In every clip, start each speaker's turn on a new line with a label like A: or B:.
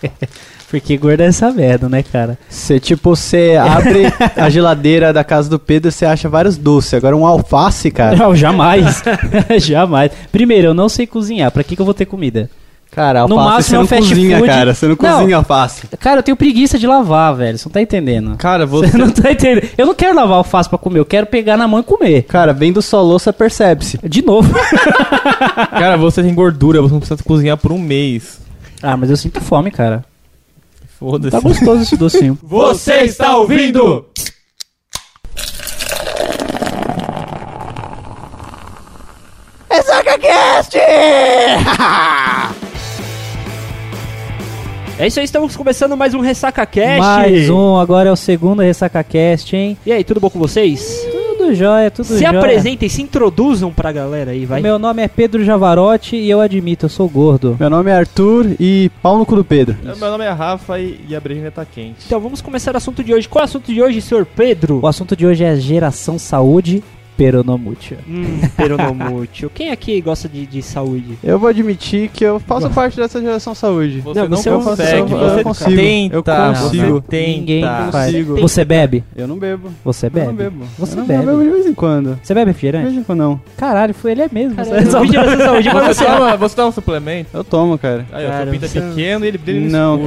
A: Porque gorda é essa merda, né, cara?
B: Você, tipo, você abre a geladeira da casa do Pedro e você acha vários doces. Agora, um alface, cara.
A: Não, jamais. jamais. Primeiro, eu não sei cozinhar. Pra que, que eu vou ter comida?
B: Cara,
A: No
B: alface
A: máximo
B: você
A: é um
B: não
A: fast
B: cozinha,
A: food.
B: cara. Você não
A: Não.
B: cozinha alface.
A: Cara, eu tenho preguiça de lavar, velho. Você não tá entendendo.
B: Cara, você...
A: Você não tá entendendo. Eu não quero lavar alface pra comer. Eu quero pegar na mão e comer.
B: Cara, vendo só louça, percebe-se.
A: De novo.
C: Cara, você tem gordura, você não precisa cozinhar por um mês.
A: ah, mas eu sinto fome, cara.
C: Foda-se.
A: Tá gostoso esse docinho.
C: Você está ouvindo?
D: É isso aí, estamos começando mais um Ressaca Cash.
A: Mais um. Agora é o segundo RessacaCast, hein?
D: E aí, tudo bom com vocês?
A: Tudo jóia, tudo
D: se
A: jóia.
D: apresentem, se introduzam pra galera aí, vai.
A: Meu nome é Pedro Javarotti e eu admito, eu sou gordo.
B: Meu nome é Arthur e pau no cu do Pedro.
C: Meu nome é Rafa e, e a Brejinha tá quente.
D: Então vamos começar o assunto de hoje. Qual é o assunto de hoje, senhor Pedro?
A: O assunto de hoje é geração saúde peronomútil.
D: Hum, peronomútil. Quem aqui gosta de, de saúde?
B: Eu vou admitir que eu faço parte dessa geração saúde.
C: Você
D: Não,
C: não,
D: você é um
C: consegue,
D: cego,
C: você
B: eu consigo.
C: tenta,
B: Eu consigo.
C: você tenta.
A: Ninguém faz.
B: consigo.
A: Você bebe?
B: Eu não bebo.
A: Você
B: Eu não
A: bebe.
B: bebo.
A: Você
B: eu não
A: bebe.
B: Eu bebo de vez em quando.
A: Você bebe
B: De
A: refrigerante?
B: vez em quando não.
A: Caralho, foi ele é mesmo.
D: Caralho, eu pedi essa saúde, mas
C: Você
D: você-
C: toma, você toma um suplemento?
B: Eu tomo, cara.
C: Aí, ó,
D: Cara,
C: seu pinto é
D: você-
C: pequeno e ele brilha no
B: Não,
C: escuro.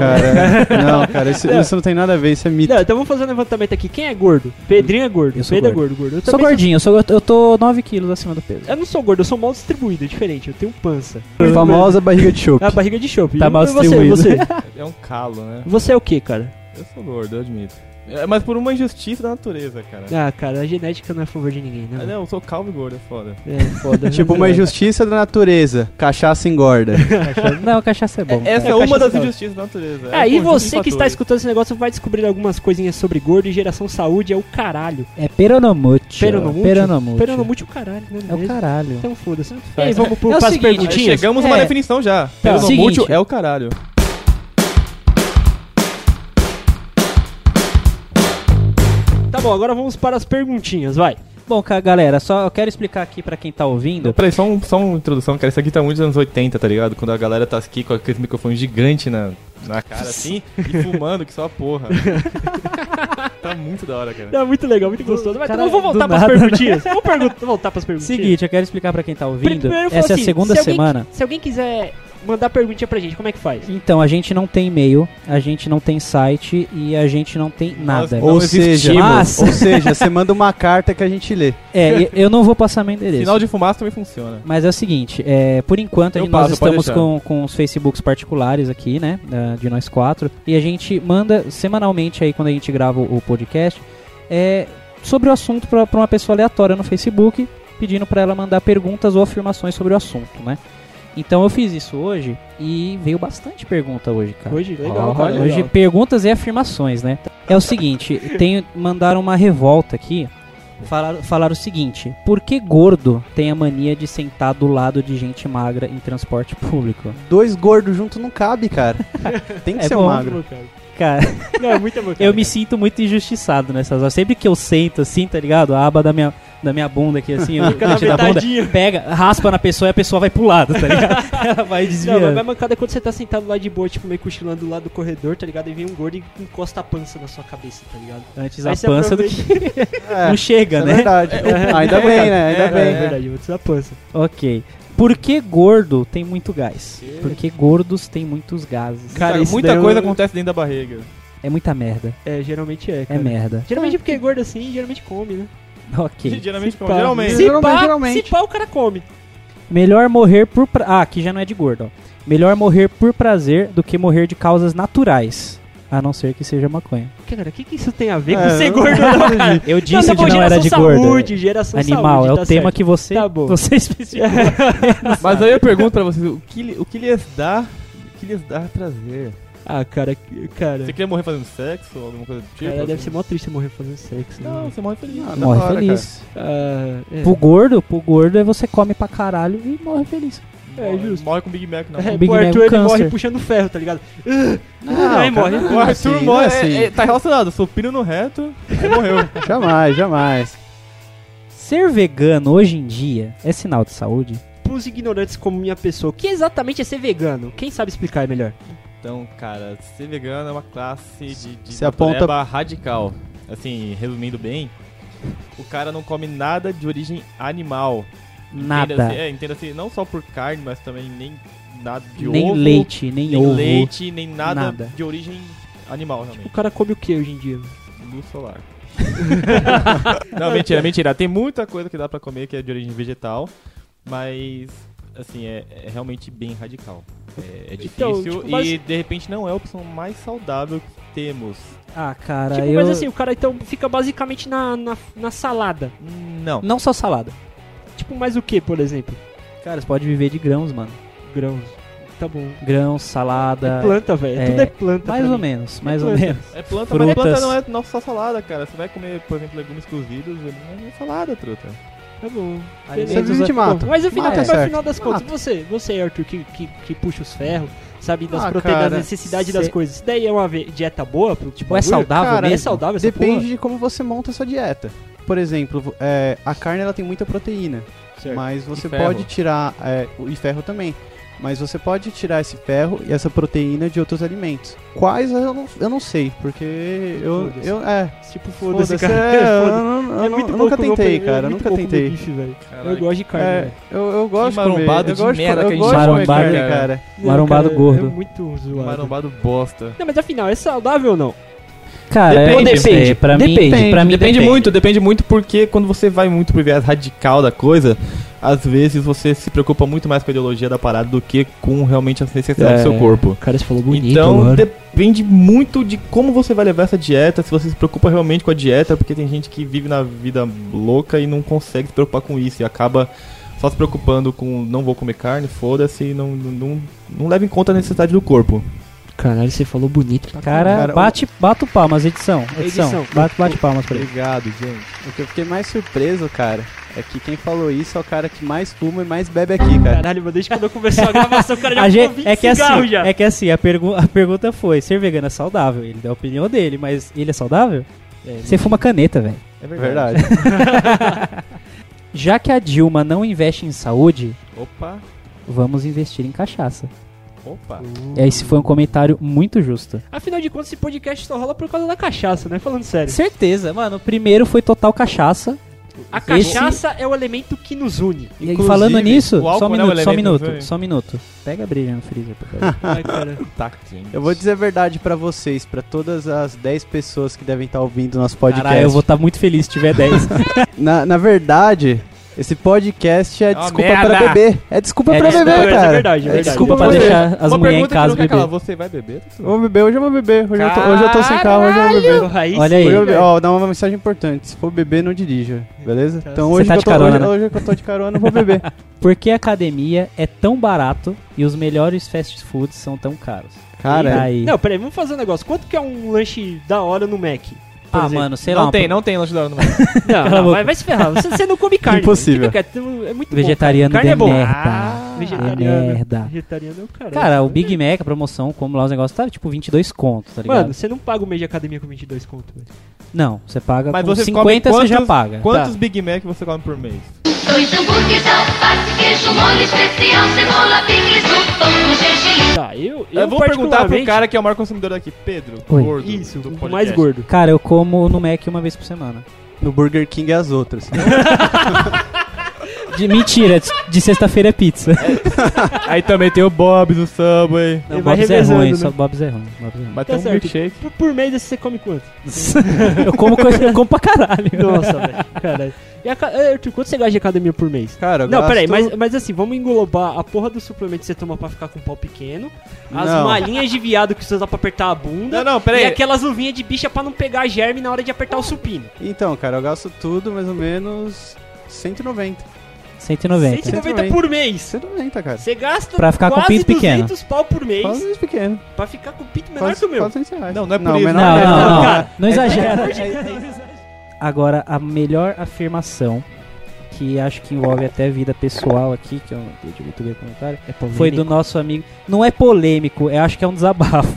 B: cara. Não, cara. Isso, isso não tem nada a ver. Isso é mito.
D: Não, então vamos fazer um levantamento aqui. Quem é gordo? Pedrinho é gordo.
A: Eu sou
D: Pedro é gordo, gordo. Eu
A: Sou
D: também
A: gordinho, eu, sou, eu tô 9 quilos acima do peso.
D: sou- Eu não sou gordo, eu sou mal distribuído, é diferente. Eu tenho pança.
B: Famosa barriga de chope.
D: A barriga de chope.
A: Tá
D: E
A: mal
D: você,
A: distribuído.
D: você?
C: É um calo, né?
D: Você é o que, cara?
C: Eu sou gordo, eu admito. É, mas por uma injustiça da natureza, cara.
D: Ah, cara, a genética não é a favor de ninguém,
C: Ah,
D: né?
C: Não, eu sou calvo e gordo, é foda.
D: É foda.
B: Tipo uma injustiça da natureza. Cachaça engorda.
A: Não, cachaça é bom.
C: Essa
A: cara.
C: é
D: É
C: uma
D: caixa
C: das
D: de
C: injustiças da natureza.
D: É, e
C: um conjunto
D: você
C: de
D: que está
C: fatores.
D: escutando esse negócio vai descobrir algumas coisinhas sobre gordo e geração saúde é o caralho.
A: É peronomútil.
D: Peronomútil?
A: Peronomútil.
D: Peronomútil é o caralho, né?
A: É o
D: mesmo?
A: caralho.
D: Então foda-se. né? E
C: É.
D: aí, vamos pro,
A: É o
D: pras
A: seguinte,
C: Aí
D: perguntinhas?
C: Chegamos a uma
A: É.
C: definição já.
D: Então,
A: Tá.
C: Peronomútil
A: Seguinte.
C: é o caralho.
D: Tá bom, agora vamos para as perguntinhas, vai.
A: Bom, ca- galera, só eu quero explicar aqui pra quem tá ouvindo.
C: Peraí, só, um, só uma introdução, cara. Isso aqui tá muito dos anos 80, tá ligado? Quando a galera tá aqui com aquele microfone gigante na, na cara, assim, e fumando, que só a porra. tá muito da hora, cara.
D: É muito legal, muito gostoso. Mas
A: Caralho,
D: então vamos voltar
A: do
D: para as
A: nada, né?
D: perguntinhas. Vamos pergun- voltar para as perguntinhas.
A: Seguinte, eu quero explicar pra quem tá ouvindo.
D: Primeiro eu falo
A: Essa é
D: assim,
A: a segunda
D: se alguém-
A: semana.
D: Se alguém quiser mandar perguntinha pra gente, como é que faz?
A: Então, a gente não tem e-mail, a gente não tem site e a gente não tem nada.
C: Não
B: Ou
C: existe
B: seja,
A: estímulo.
B: mas- ou seja, você manda uma carta que a gente lê.
A: É, e- eu não vou passar meu endereço.
C: Sinal de fumaça também funciona.
A: Mas é o seguinte, é, por enquanto a
C: Eu
A: gente- nós
C: passo, pode
A: estamos
C: deixar.
A: com, com os Facebooks particulares aqui, né? da- De nós quatro. E a gente manda semanalmente aí, quando a gente grava o o podcast, é, sobre o assunto pra pra uma pessoa aleatória no Facebook, pedindo pra ela mandar perguntas ou afirmações sobre o assunto, né? Então eu fiz isso hoje e veio bastante pergunta hoje, cara.
D: Hoje, legal.
A: Ó,
D: cara,
A: hoje
D: legal.
A: perguntas e afirmações, né? É o seguinte, tem, mandaram uma revolta aqui. Falaram, falaram o seguinte: por que gordo tem a mania de sentar do lado de gente magra em transporte público?
B: Dois gordos junto não cabe, cara. Tem que
A: É
B: ser
A: bom.
B: um
D: Muito
B: magro.
D: bom, né? cara.
A: Cara,
D: Não, é muito bom, cara.
A: eu me sinto muito injustiçado nessas horas. Sempre que eu sento assim, tá ligado? A aba da minha, da minha bunda aqui, assim, o
D: Fica na
A: cantinho da bunda,
D: metadinha.
A: pega, raspa na pessoa e a pessoa vai pro lado, tá ligado? Ela vai
D: Não, mas
A: desviando.
D: vai mancada é quando você tá sentado lá de boa, tipo, meio cochilando lá do corredor, tá ligado? E vem um gordo e encosta a pança na sua cabeça, tá ligado?
A: Antes
D: Aí
A: a
D: você
A: pança do que
D: aproveita-
B: É,
A: não chega,
B: isso é
A: né?
B: verdade. Ainda bem, né? Ainda
C: É,
B: bem.
D: É verdade, vou tirar a pança.
A: Ok. Por que gordo tem muito gás? Porque gordos têm muitos gases.
C: Cara,
A: isso
C: muita
A: daí
C: coisa
A: eu-
C: acontece dentro da barriga.
A: É muita merda.
D: É, geralmente é,
A: É
D: cara.
A: merda.
D: Geralmente porque é gordo assim, geralmente come, né?
A: Ok.
C: Geralmente,
A: Se
C: como-
A: pá.
C: geralmente.
B: Geralmente,
D: se pá,
B: geralmente.
D: se pá, o cara come.
A: Melhor morrer por... Pra... Ah, aqui já não é de gordo, ó. Melhor morrer por prazer do que morrer de causas naturais. A não ser que seja maconha.
D: Cara, o que, que isso tem a ver
B: É,
D: com ser
B: eu-
D: gordo? Não, cara.
A: Eu disse
D: tá
A: que
D: bom,
A: não era
D: geração
A: de gordo.
D: saúde, geração
A: Animal,
D: saúde,
A: é o
D: tá
A: tema
D: certo.
A: que você,
D: Tá bom.
A: você especificou.
C: Mas aí eu pergunto pra vocês, o que, lhe- o que lhes dá... O que lhes dá prazer?
D: Ah, cara, cara.
C: Você queria morrer fazendo sexo ou alguma coisa do tipo?
D: cara, deve
C: assim?
D: ser mó triste morrer fazendo sexo. né?
C: Não, você morre feliz.
B: Ah,
A: morre
B: da hora,
A: feliz.
D: Ah, é.
A: Pro gordo, pro gordo é você come pra caralho e morre feliz.
D: É,
C: Morre-
D: justo.
C: Morre com Big Mac, não.
D: É,
A: Big
D: pro
A: Mac
D: Arthur ele
A: câncer.
D: morre puxando ferro, tá ligado?
B: Não,
D: Aí morre.
B: cara,
C: O Arthur
B: assim,
C: morre.
B: não, é-
C: é- é- tá relacionado, supino no reto, aí morreu.
B: Jamais, jamais.
A: Ser vegano hoje em dia é sinal de saúde?
D: Pros ignorantes como minha pessoa, o que exatamente é ser vegano? Quem sabe explicar é melhor.
C: Então, cara, ser vegano é uma classe de, de
B: Se aponta-
C: natureba radical. Assim, resumindo bem, o cara não come nada de origem animal.
A: Nada.
C: Entenda-se, é, entenda-se, não só por carne, mas também nem nada de
A: nem
C: ovo,
A: leite, nem,
C: nem
A: ovo.
C: leite, nem nada,
A: nada.
C: de origem animal, realmente.
D: O cara come o que hoje em dia?
C: Luz solar. não, mentira, mentira. Tem muita coisa que dá pra comer que é de origem vegetal, mas, assim, é, é realmente bem radical. É, é
D: Então,
C: difícil
D: tipo, mas-
C: e, de repente, não é a opção mais saudável que temos.
A: Ah, cara,
D: tipo,
A: eu...
D: mas assim, o cara então fica basicamente na, na, na salada.
C: Não.
A: Não só salada.
D: Tipo, mais o que, por exemplo?
A: Cara, você pode viver de grãos, mano.
D: Grãos. Tá bom.
A: Grãos, salada...
D: É planta, velho.
A: é,
D: Tudo é planta.
A: mais
D: pra
A: ou
D: mim.
A: menos, mais
D: É
A: ou
D: planta.
A: menos.
C: É planta,
A: Frutas.
C: mas planta não é não só salada, cara. Você vai comer, por exemplo, legumes cozidos, não é salada, truta.
D: Tá bom.
B: Você
A: Alimentos
B: vive de mato.
D: Bom, mas afinal,
B: Mata,
D: mas
B: certo.
D: afinal das contas,
B: Mata.
D: você, você Arthur, que, que, que puxa os ferros, sabe das
B: Ah,
D: proteínas,
B: cara,
D: da necessidade
A: cê-
D: das coisas. Isso daí é uma ve- dieta boa pro tipo
A: Ou é saudável
B: Cara,
D: É
A: mesmo?
D: saudável essa
B: Depende
D: porra?
B: de como você monta a sua dieta. Por exemplo, vo- é, a carne ela tem muita proteína, mas você
C: E ferro.
B: pode tirar é, o- e ferro também. Mas você pode tirar esse ferro e essa proteína de outros alimentos. Quais eu não, eu não sei, porque eu,
D: Foda-se.
B: eu é,
D: Tipo,
B: foda-se,
D: foda-se, cara.
B: é, eu,
D: Foda-se.
B: não- eu não-
D: É muito
B: eu
D: bom
B: nunca
D: comer o
B: tentei,
D: pe-
B: cara, eu
D: é muito
B: nunca
D: bom comer
B: tentei.
D: bife, velho. eu
C: Caralho.
D: gosto de carne,
B: É,
D: velho.
B: eu, eu gosto de comer,
C: marombado
B: eu
C: de
B: gosto
C: merda
B: eu
C: que a gente
B: gosto de comer
A: marombado,
B: carne,
C: cara.
B: cara.
D: Não,
A: Marombado
D: cara,
A: gordo.
D: É muito zoado.
C: Marombado bosta.
D: Não, mas afinal, é saudável ou não?
A: Cara, é-
C: Depende.
A: É, pra mim,
B: Depende.
A: pra mim
C: Depende muito, depende muito, porque quando você vai muito pro viés radical da coisa, às vezes você se preocupa muito mais com a ideologia da parada do que com realmente as necessidades do
D: É.
C: seu corpo.
D: O cara se falou
C: então depende muito de como você vai levar essa dieta, se você se preocupa realmente com a dieta, porque tem gente que vive na vida louca e não consegue se preocupar com isso e acaba só se preocupando com não vou comer carne, foda-se, e não, não, não, não leva em conta a necessidade do corpo.
D: Caralho, você falou bonito pra
A: Cara,
B: Cara, o-
A: bate, bate palmas, edição. Edição,
D: Edição.
A: Bate, bate palmas pra ele.
B: Obrigado, gente. O que eu fiquei mais surpreso, cara, é que quem falou isso é o cara que mais fuma e mais bebe aqui, cara.
D: Caralho, mas desde quando eu comecei a gravação, o cara já
A: A
D: fumou
A: gente-
D: 20
A: é que
D: cigarros
A: assim,
D: já.
A: é que assim, a, pergu- a pergunta foi, ser vegano é saudável? Ele deu a opinião dele, mas ele é saudável? Você fuma caneta, velho.
C: É
B: Verdade.
A: Já que a Dilma não investe em saúde,
C: Opa,
A: vamos investir em cachaça.
C: opa.
A: Esse foi um comentário muito justo.
D: Afinal de contas, esse podcast só rola por causa da cachaça, né? Falando sério.
A: Certeza, mano. O primeiro foi total cachaça.
D: A
A: Esse-
D: cachaça é o elemento que nos une.
A: E falando nisso,
C: o álcool
A: só um
C: não
A: minuto,
C: é um
A: só um
C: elemento,
A: minuto,
C: né?
A: só um minuto. Pega a breja no freezer, por favor.
D: Ai, cara.
C: Tá quente.
B: Eu vou dizer a verdade pra vocês, pra todas as 10 pessoas que devem estar ouvindo nosso podcast.
A: Caralho, eu vou estar muito feliz se tiver É
C: É
A: 10.
B: na, na verdade, esse podcast é
C: uma
B: desculpa
C: merda.
B: pra beber. É desculpa
A: É
B: pra
A: desculpa,
B: beber,
D: é
B: cara.
D: verdade, é verdade.
A: Desculpa pra
B: Uma
A: deixar as mulheres
C: Uma
A: em
C: pergunta que
A: casa
C: não quer calar,
A: beber.
C: você vai beber?
B: Eu vou beber, hoje eu vou beber. Hoje, eu tô, hoje eu tô sem carro, hoje eu vou beber.
D: Porra, aí
A: Olha
D: sim,
A: aí.
B: Hoje eu,
D: velho.
B: ó, dá uma mensagem importante. Se for beber, não dirija, beleza? Então
A: Você
B: hoje,
A: tá
B: que
A: de
B: eu tô,
A: carona,
B: hoje,
A: né?
B: hoje que eu tô de carona, eu vou beber.
A: Por que a academia é tão barato e os melhores fast foods são tão caros?
B: Cara,
A: aí.
D: Não, peraí, vamos fazer um negócio. Quanto que é um lanche da hora no Mac? por
A: ah,
D: exemplo?
A: mano, sei lá.
C: não
A: um
C: tem,
A: pro-
C: não tem lanche da hora no
D: Não,
A: Cala a
D: não
A: boca.
D: vai, vai se ferrar. Você, você não come carne.
B: Impossível.
D: Fica quieto, é muito bom,
A: Vegetariano
D: cara. Carne
A: de
D: é bom.
A: merda.
C: Ah,
D: vegetariano.
A: É merda.
D: Vegetariano é o cara.
A: Cara, o Big Mac, a promoção, como lá os negócios, tá tipo 22 conto, tá ligado?
D: Uhum. Mano, você não paga o mês de academia com 22 conto, velho.
A: não, você paga
C: Mas
A: com
C: você
A: 50
C: come
A: você já
C: quantos-
A: paga. Tá.
C: Quantos Big Mac você come por mês?
E: Dois hambúrgueres, alface, queijo, molho especial, cebola, picles, um pão com gergelim.
D: Tá, eu.
C: Eu, vou perguntar pro
D: particularmente-
C: cara que é o maior consumidor daqui, Pedro,
A: Oi.
C: gordo.
D: Isso,
C: do
D: o
C: podcast.
D: mais gordo.
A: Cara, eu como no Mac uma vez por semana.
B: no Burger King e as outras.
A: De, mentira, de- de sexta-feira é pizza.
C: Aí também tem o Bob's, o Subway.
A: Não,
D: Ele vai
A: Bob's é
D: revezando,
A: ruim,
D: né?
A: só Bob's é ruim. Bob's é ruim.
C: Mas
D: Tá
C: tem um
D: certo.
C: milkshake.
D: Por, por mês você come quanto?
A: eu como coisa eu como pra caralho.
D: Nossa, velho. Caralho. E a, ca- é, Arthur, quanto você gasta de academia por mês?
B: Cara, eu
D: Não,
B: gasto-
D: peraí, mas, mas assim, vamos englobar a porra do suplemento que você toma pra ficar com o pau pequeno, as
B: Não.
D: malinhas de viado que você usa pra apertar a bunda,
C: Não, não, peraí.
D: e aquelas luvinhas de bicha pra não pegar germe na hora de apertar o supino.
B: Então, cara, eu gasto tudo mais ou menos 190.
A: 190.
D: 190 por mês.
B: Você não entra, cara.
D: Você gasta
A: é Pra ficar com
D: quase
A: o pinto pequeno.
D: 200 pau por mês
B: Quase isso pequeno.
D: pra ficar com o pinto menor
B: Quase,
D: que o meu.
B: quase 100 reais.
C: Não, não é por isso.
A: Não, não, não, não,
D: cara.
A: exagera.
D: É
A: Agora, a melhor afirmação, que acho que envolve até vida pessoal aqui, que eu não eu devia ter lido o comentário,
D: É
A: foi do nosso amigo. Não é polêmico, eu acho que é um desabafo.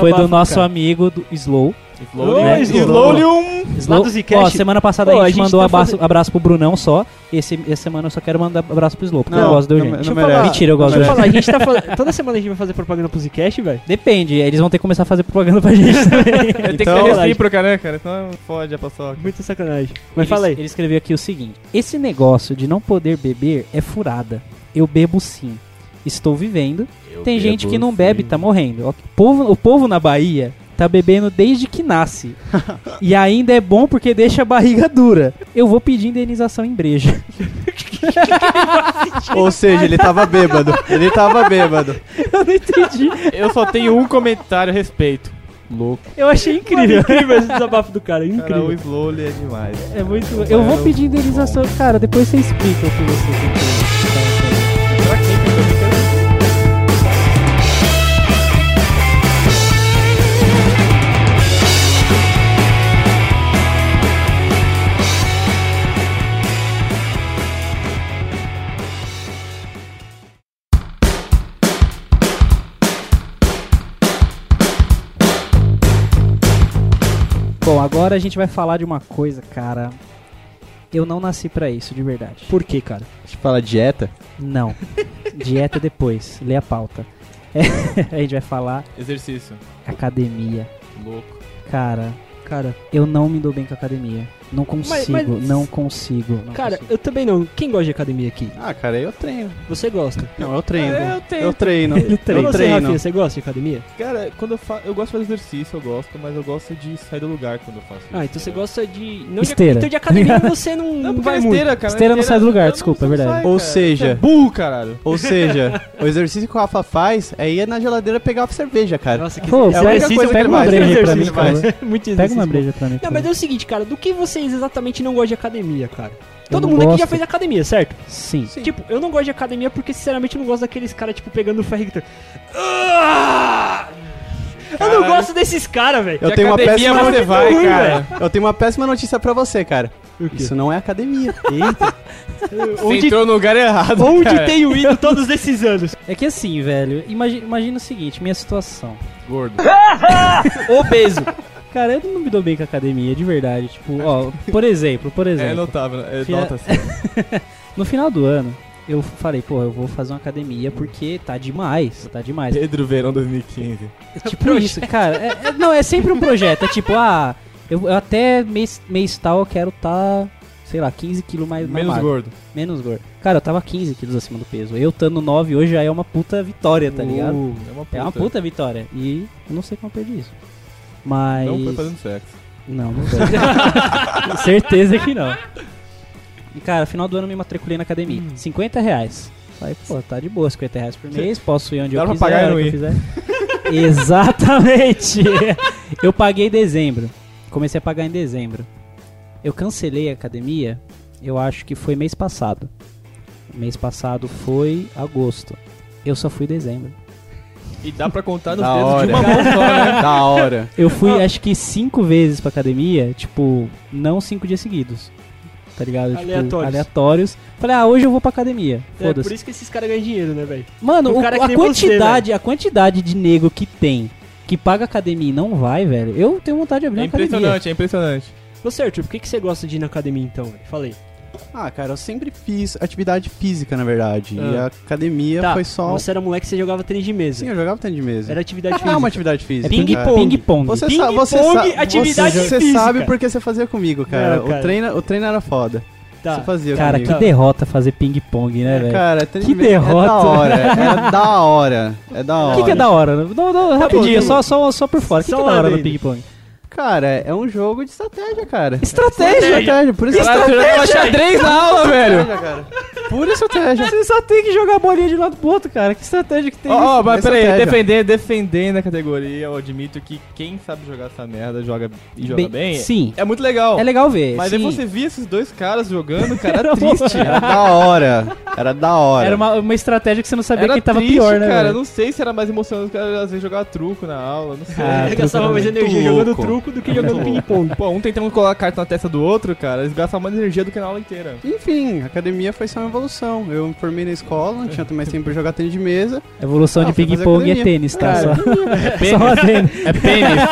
A: foi do nosso amigo do Slow.
C: Slowly,
D: Oi,
C: Slowly um.
A: Slow.
D: Zcast.
A: Ó, semana passada
D: Pô,
A: a, gente
D: a gente
A: mandou
D: tá
A: abraço,
D: fazendo-
A: abraço pro Brunão só. Esse, essa semana eu só quero mandar abraço pro Slow, porque eu
B: Não,
A: gosto do
B: não-
A: gente.
B: não
D: Deixa eu
C: é
D: falar.
A: Mentira, eu gosto do gente.
D: Deixa eu falar, a gente tá falando. Toda semana a gente vai fazer propaganda pro Zcast, velho.
A: Depende, eles vão ter que começar a fazer propaganda pra gente também.
C: Tem que
D: Então-
C: ser recíproca, né, cara? Senão fode a paçoca.
D: Muita sacanagem. Mas
A: ele,
D: fala aí.
A: Ele escreveu aqui o seguinte: Esse negócio de não poder beber é furada. Eu bebo sim. Estou vivendo. Tem gente que não bebe, tá morrendo. O povo, o povo na Bahia tá bebendo desde que nasce. e ainda é bom porque deixa a barriga dura. Eu vou pedir indenização em breja.
B: Ou seja, ele tava bêbado. Ele tava bêbado.
A: Eu não entendi.
C: Eu só tenho um comentário a respeito. Louco.
D: Eu achei incrível. é incrível esse desabafo do cara.
C: Cara, o
D: Incrível.
C: Slowly é demais.
A: É muito. Eu vou pedir indenização, cara. Depois você explica o que você tem Bom, agora a gente vai falar de uma coisa, cara. Eu não nasci pra isso, de verdade.
D: Por quê, cara?
B: Deixa eu falar dieta.
A: Não. Dieta é depois. Lê a pauta. É, a gente vai falar
C: Exercício.
A: academia.
C: Louco.
A: Cara,
D: Cara,
A: eu não me dou bem com academia. Não consigo,
D: mas-
A: não consigo. não
D: cara,
A: consigo.
D: eu também não. Quem gosta de academia aqui?
B: Ah, cara, eu treino.
D: Você gosta?
B: Não, eu treino.
C: Ah, eu treino.
B: Eu treino.
A: Ele treina.
D: E
B: Eu
D: você, Rafinha,
B: treino.
D: você gosta de academia?
C: Cara, quando eu faço. Eu gosto de fazer exercício, eu gosto, mas eu gosto de sair do lugar quando eu faço.
D: Ah, então você gosta de. Não
A: Esteira.
D: De, então de academia você não,
C: Não, porque
D: vai
C: vai
A: é
D: muito.
C: esteira, cara.
A: Esteira não sai do lugar, desculpa, é verdade.
B: Ou seja-
C: É burro, caralho.
B: Ou seja, o exercício que o Rafa faz é ir na geladeira pegar uma cerveja, cara.
D: Nossa, é que
A: Pô,
B: a
D: exercício.
B: única
A: pega,
B: coisa que
A: pega
B: ele
A: uma
B: faz.
A: breja aí pra mim,
B: Exercício
A: por favor.
D: Muito
A: Pega
D: exercício.
A: uma breja pra mim. por
D: Não, mas é
A: favor.
D: o seguinte, cara, do que vocês exatamente não gostam de academia, cara?
A: Eu
D: Todo
A: não
D: mundo aqui já
A: gosto.
D: fez academia, certo?
A: Sim.
B: Sim.
D: Tipo, eu não gosto de academia porque, sinceramente, eu não gosto daqueles caras, tipo, pegando o ferro e gritando, "Ah!" Eu não
C: Caralho.
D: gosto desses caras, velho.
B: Eu tenho uma
C: academia é
B: péssima
C: você
B: notícia.
C: vai,
D: Ruim,
C: cara.
B: Eu tenho uma péssima notícia pra você, cara.
D: O quê?
B: Isso não é academia.
C: Você entrou no lugar errado.
D: Onde
C: cara.
D: tenho ido todos esses anos?
A: É que assim, velho, imagi- imagina o seguinte, minha situação.
C: Gordo.
D: Obeso.
A: Cara, eu não me dou bem com academia, de verdade. Tipo, ó, por exemplo, por
C: É
A: exemplo.
C: notável, é
A: Fia-
C: nota assim.
A: No final do ano, eu falei, pô, eu vou fazer uma academia porque tá demais, tá demais.
C: Pedro Verão 2015.
A: Tipo isso, cara. É- é- não, é sempre um projeto. É tipo, ah, eu, eu até mês, mês tal eu quero tá, sei lá, 15 quilos mais mais
C: Menos
A: magro.
C: gordo.
A: Menos gordo. Cara, eu tava 15 quilos acima do peso. Eu estando 9 hoje já é uma puta vitória, tá ligado?
C: É uma puta.
A: É uma puta vitória. E eu não sei como eu perdi isso. Mas.
C: Não foi fazendo sexo.
A: Não, não foi. Certeza que não. E, cara, final do ano eu me matriculei na academia. 50 reais. Falei, pô, tá de boa, 50 reais por mês, posso ir onde
C: Dá
A: eu
C: pra
A: quiser.
C: pagar
A: a hora
C: e
A: que eu quiser. Exatamente! eu paguei em dezembro. Comecei a pagar em dezembro. Eu cancelei a academia, eu acho que foi mês passado. Mês passado foi agosto. Eu só fui em dezembro.
C: E dá pra contar nos
B: Da
C: dedos de
B: hora.
C: uma mão só, né?
B: da hora.
A: Eu fui
D: Ah.
A: acho que cinco vezes pra academia, tipo, não cinco dias seguidos. Tá ligado? Tipo,
D: Aleatórios.
A: aleatórios. Falei, ah, hoje eu vou pra academia.
D: É por
A: Foda-se.
D: isso que esses caras ganham dinheiro, né, velho?
A: Mano,
D: um
A: o-
D: cara que
A: a
D: nem você,
A: quantidade, a quantidade de nego que tem que paga academia e não vai, velho. Eu tenho vontade de abrir
C: É
A: uma academia.
C: impressionante, é impressionante.
D: Você, Arthur, por que, que você gosta de ir na academia então, velho? Falei.
B: Ah, cara, eu sempre fiz atividade física, na verdade. E
D: Ah.
B: a academia
D: Tá,
B: foi só. um
D: você era moleque, você jogava tênis de mesa.
B: Sim, eu jogava tênis de mesa.
D: Era atividade
B: Ah,
D: física.
B: é uma atividade
A: É
B: física.
A: ping
B: cara.
A: pong pong.
B: Você,
D: Ping
B: sa você,
D: pong,
B: sa
D: é atividade
B: você, você
D: física.
B: sabe porque você fazia comigo, cara.
D: Não, cara.
B: O, treino, o treino era foda.
D: Tá.
B: tipo, Você fazia
A: Cara,
B: comigo.
A: que derrota fazer ping pong, né, velho?
B: É, Cara, treino
A: Que
B: de mesa É da
A: derrota.
B: hora. É da hora. É da
A: O
B: hora.
A: que, que é da hora? Não, não, não, rapidinho,
D: Tá bom,
A: só, só, só por fora. O que, que
D: Só
A: é da hora
D: olha
A: do ping pong?
B: Cara, é um jogo de estratégia, cara.
A: Estratégia!
B: Estratégia, por isso que
C: Caralho, você jogava xadrez na aula, velho.
B: cara. Pura estratégia.
A: Você só tem que jogar a bolinha de um lado pro outro, cara. Que estratégia que tem
C: Ó, ó, mas
B: Essa
C: peraí,
B: pega.
C: defender, defendendo a categoria, eu admito que quem sabe jogar essa merda joga e joga bem.
A: Sim.
C: É muito legal.
A: É legal ver.
C: mas
A: sim.
C: aí você via esses dois caras jogando, cara,
A: Era
C: era triste.
B: Era da hora. Era da hora.
A: Era uma, uma estratégia que você não sabia
C: Era
A: quem tava
C: triste,
A: pior, né?
C: cara?
A: velho?
C: Não sei se era mais emocionante, os caras às vezes jogava truco na aula, não sei.
A: Ah,
D: Ele gastava mais
C: Muito
D: energia jogando
C: louco.
D: truco do que jogando ping-pong.
C: Pô, um tentando colocar a carta na testa do outro, cara, eles gastavam mais energia do que na aula inteira.
B: Enfim, a academia foi só uma evolução. Eu me formei na escola, não tinha mais tempo pra jogar tênis de mesa.
A: Evolução
B: Ah,
A: de
B: foi fazer
A: ping-pong é
B: academia.
A: tênis, tá?
B: Cara.
A: Só, só um adendo.
C: É pênis.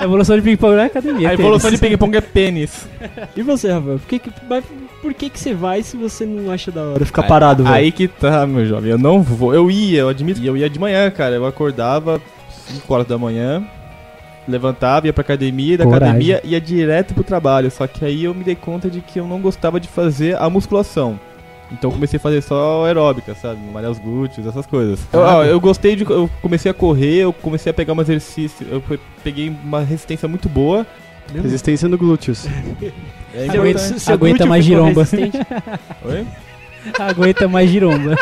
A: Evolução de ping-pong não é academia.
C: a
A: é
C: evolução de
A: tênis.
C: ping-pong é pênis.
D: E você, Rafael? Por que, que, mas por que, que você vai se você não acha da hora ficar parado, velho?
C: Aí que tá, meu jovem. Eu não vou. Eu ia, eu admito. que Eu ia de manhã, cara. Eu acordava 5 horas da manhã, levantava, ia pra academia, da
A: Coragem.
C: academia ia direto pro trabalho. Só que aí eu me dei conta de que eu não gostava de fazer a musculação. Então eu comecei a fazer só aeróbica, sabe? Malhar os glúteos, essas coisas. Eu, ó, eu gostei de. Eu comecei a correr, eu comecei a pegar um exercício. Eu pe- peguei uma resistência muito boa.
B: Resistência no glúteos.
C: É
D: Seu-
A: Aguenta-
D: seu- seu
A: aguenta
D: glúteo
A: mais
D: ficou
A: giromba.
D: resistente.
C: Oi?
A: Aguenta mais giromba.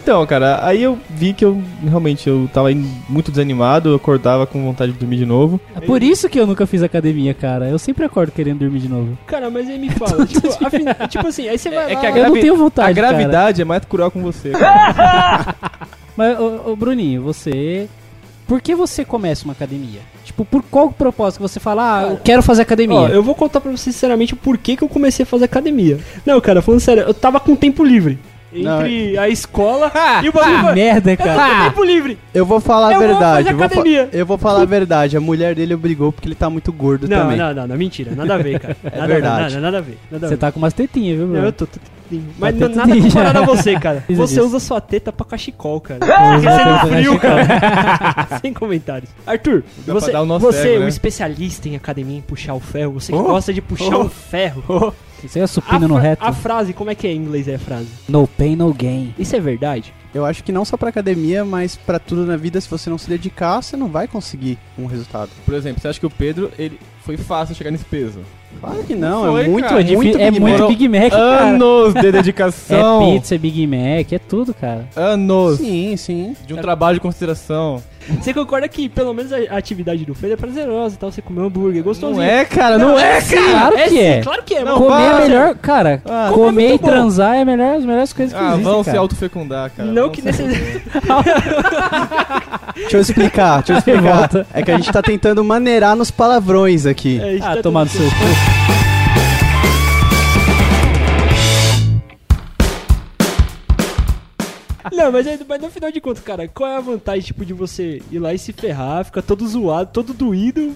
C: Então, cara, aí eu vi que eu realmente eu tava aí muito desanimado, eu acordava com vontade de dormir de novo.
A: É Por isso que eu nunca fiz academia, cara. Eu sempre acordo querendo dormir de novo.
D: Cara, mas aí me fala. tipo, afin- tipo assim, aí você vai
C: é
D: lá...
C: que a
A: eu não
C: gravi-
A: tenho
B: Tá,
A: vontade,
C: a gravidade é mais cruel com você. cara.
A: cara. Mas, ô, ô, Bruninho, você... Por que você começa uma academia? Tipo, por qual propósito que você fala, ah, eu quero fazer academia?
D: Ó, eu vou contar pra você sinceramente o porquê que eu comecei a fazer academia. Não, cara, falando sério, eu tava com tempo livre.
B: Não,
D: Entre a escola
A: Ah,
D: e o bagulho.
A: que
D: mano,
A: merda,
D: eu
A: cara.
D: tava com tempo livre.
B: Eu vou falar
D: Eu
B: a
D: vou
B: verdade.
D: fazer
B: eu fa-
D: academia.
B: eu vou falar a verdade. A mulher dele obrigou porque ele tá muito gordo
D: Não,
B: também.
D: não, não, não, mentira. Nada a ver, cara. Nada, a ver,
B: verdade.
D: Nada, nada a ver. Nada a
A: Você
D: ver.
A: tá com umas tetinhas, viu,
D: Não,
A: Bruno?
D: eu tô, tô, mas
A: tá
D: não, nada
A: tudo-
D: comparado a você, cara.
A: Isso,
D: Você
A: isso.
D: usa sua teta pra cachecol, cara. Porque você não frio, cara. Sem comentários. Arthur,
C: Dá
D: você,
C: pra dar o nosso
D: você
C: ego,
D: um
C: né?
D: especialista em academia em puxar o ferro. Você que
C: Oh,
D: gosta de puxar o ferro.
A: Você é
D: A,
A: supino no
D: fra-
A: reto?
D: a frase, como é que é em inglês é a frase?
A: No pain, no gain.
D: Isso é verdade?
B: Eu acho que não só pra academia, mas pra tudo na vida, se você não se dedicar, você não vai conseguir um resultado.
C: Por exemplo, você acha que o Pedro, ele foi fácil chegar nesse peso?
B: Claro que não,
C: Foi,
B: é muito,
C: cara.
A: É, difi-
B: muito
A: é
B: Big
A: muito
B: Mac.
A: Big Mac, cara.
C: Anos de
A: É
C: dedicação.
A: pizza, é Big Mac, é tudo, cara.
C: anos
B: Sim, sim.
C: de um trabalho de consideração.
D: Você concorda que pelo menos a a atividade do Pedro é prazerosa e tal? Você comeu hambúrguer, gostosinho.
C: Não é, cara, não, é, cara.
A: Claro que
D: sim,
A: é.
D: Claro que é,
C: Não,
D: mano.
A: comer
C: para.
A: é melhor, cara.
C: Ah,
A: comer e
D: muito bom.
A: transar é a melhor, as melhores coisas que
C: Ah,
A: existem,
C: vão se
A: cara.
C: autofecundar, cara.
D: Não
C: Vão
D: que
C: se autofecundar.
D: necessariamente.
B: Deixa eu explicar, deixa eu
A: Volta.
B: explicar. É que a gente tá tentando maneirar nos palavrões aqui.
D: É, isso
A: Ah,
D: tá
A: tomar no
D: tudo
A: seu cu.
D: Não, mas, aí- mas no final de contas, cara, qual é a vantagem, tipo, de você ir lá e se ferrar, ficar todo zoado, todo doído,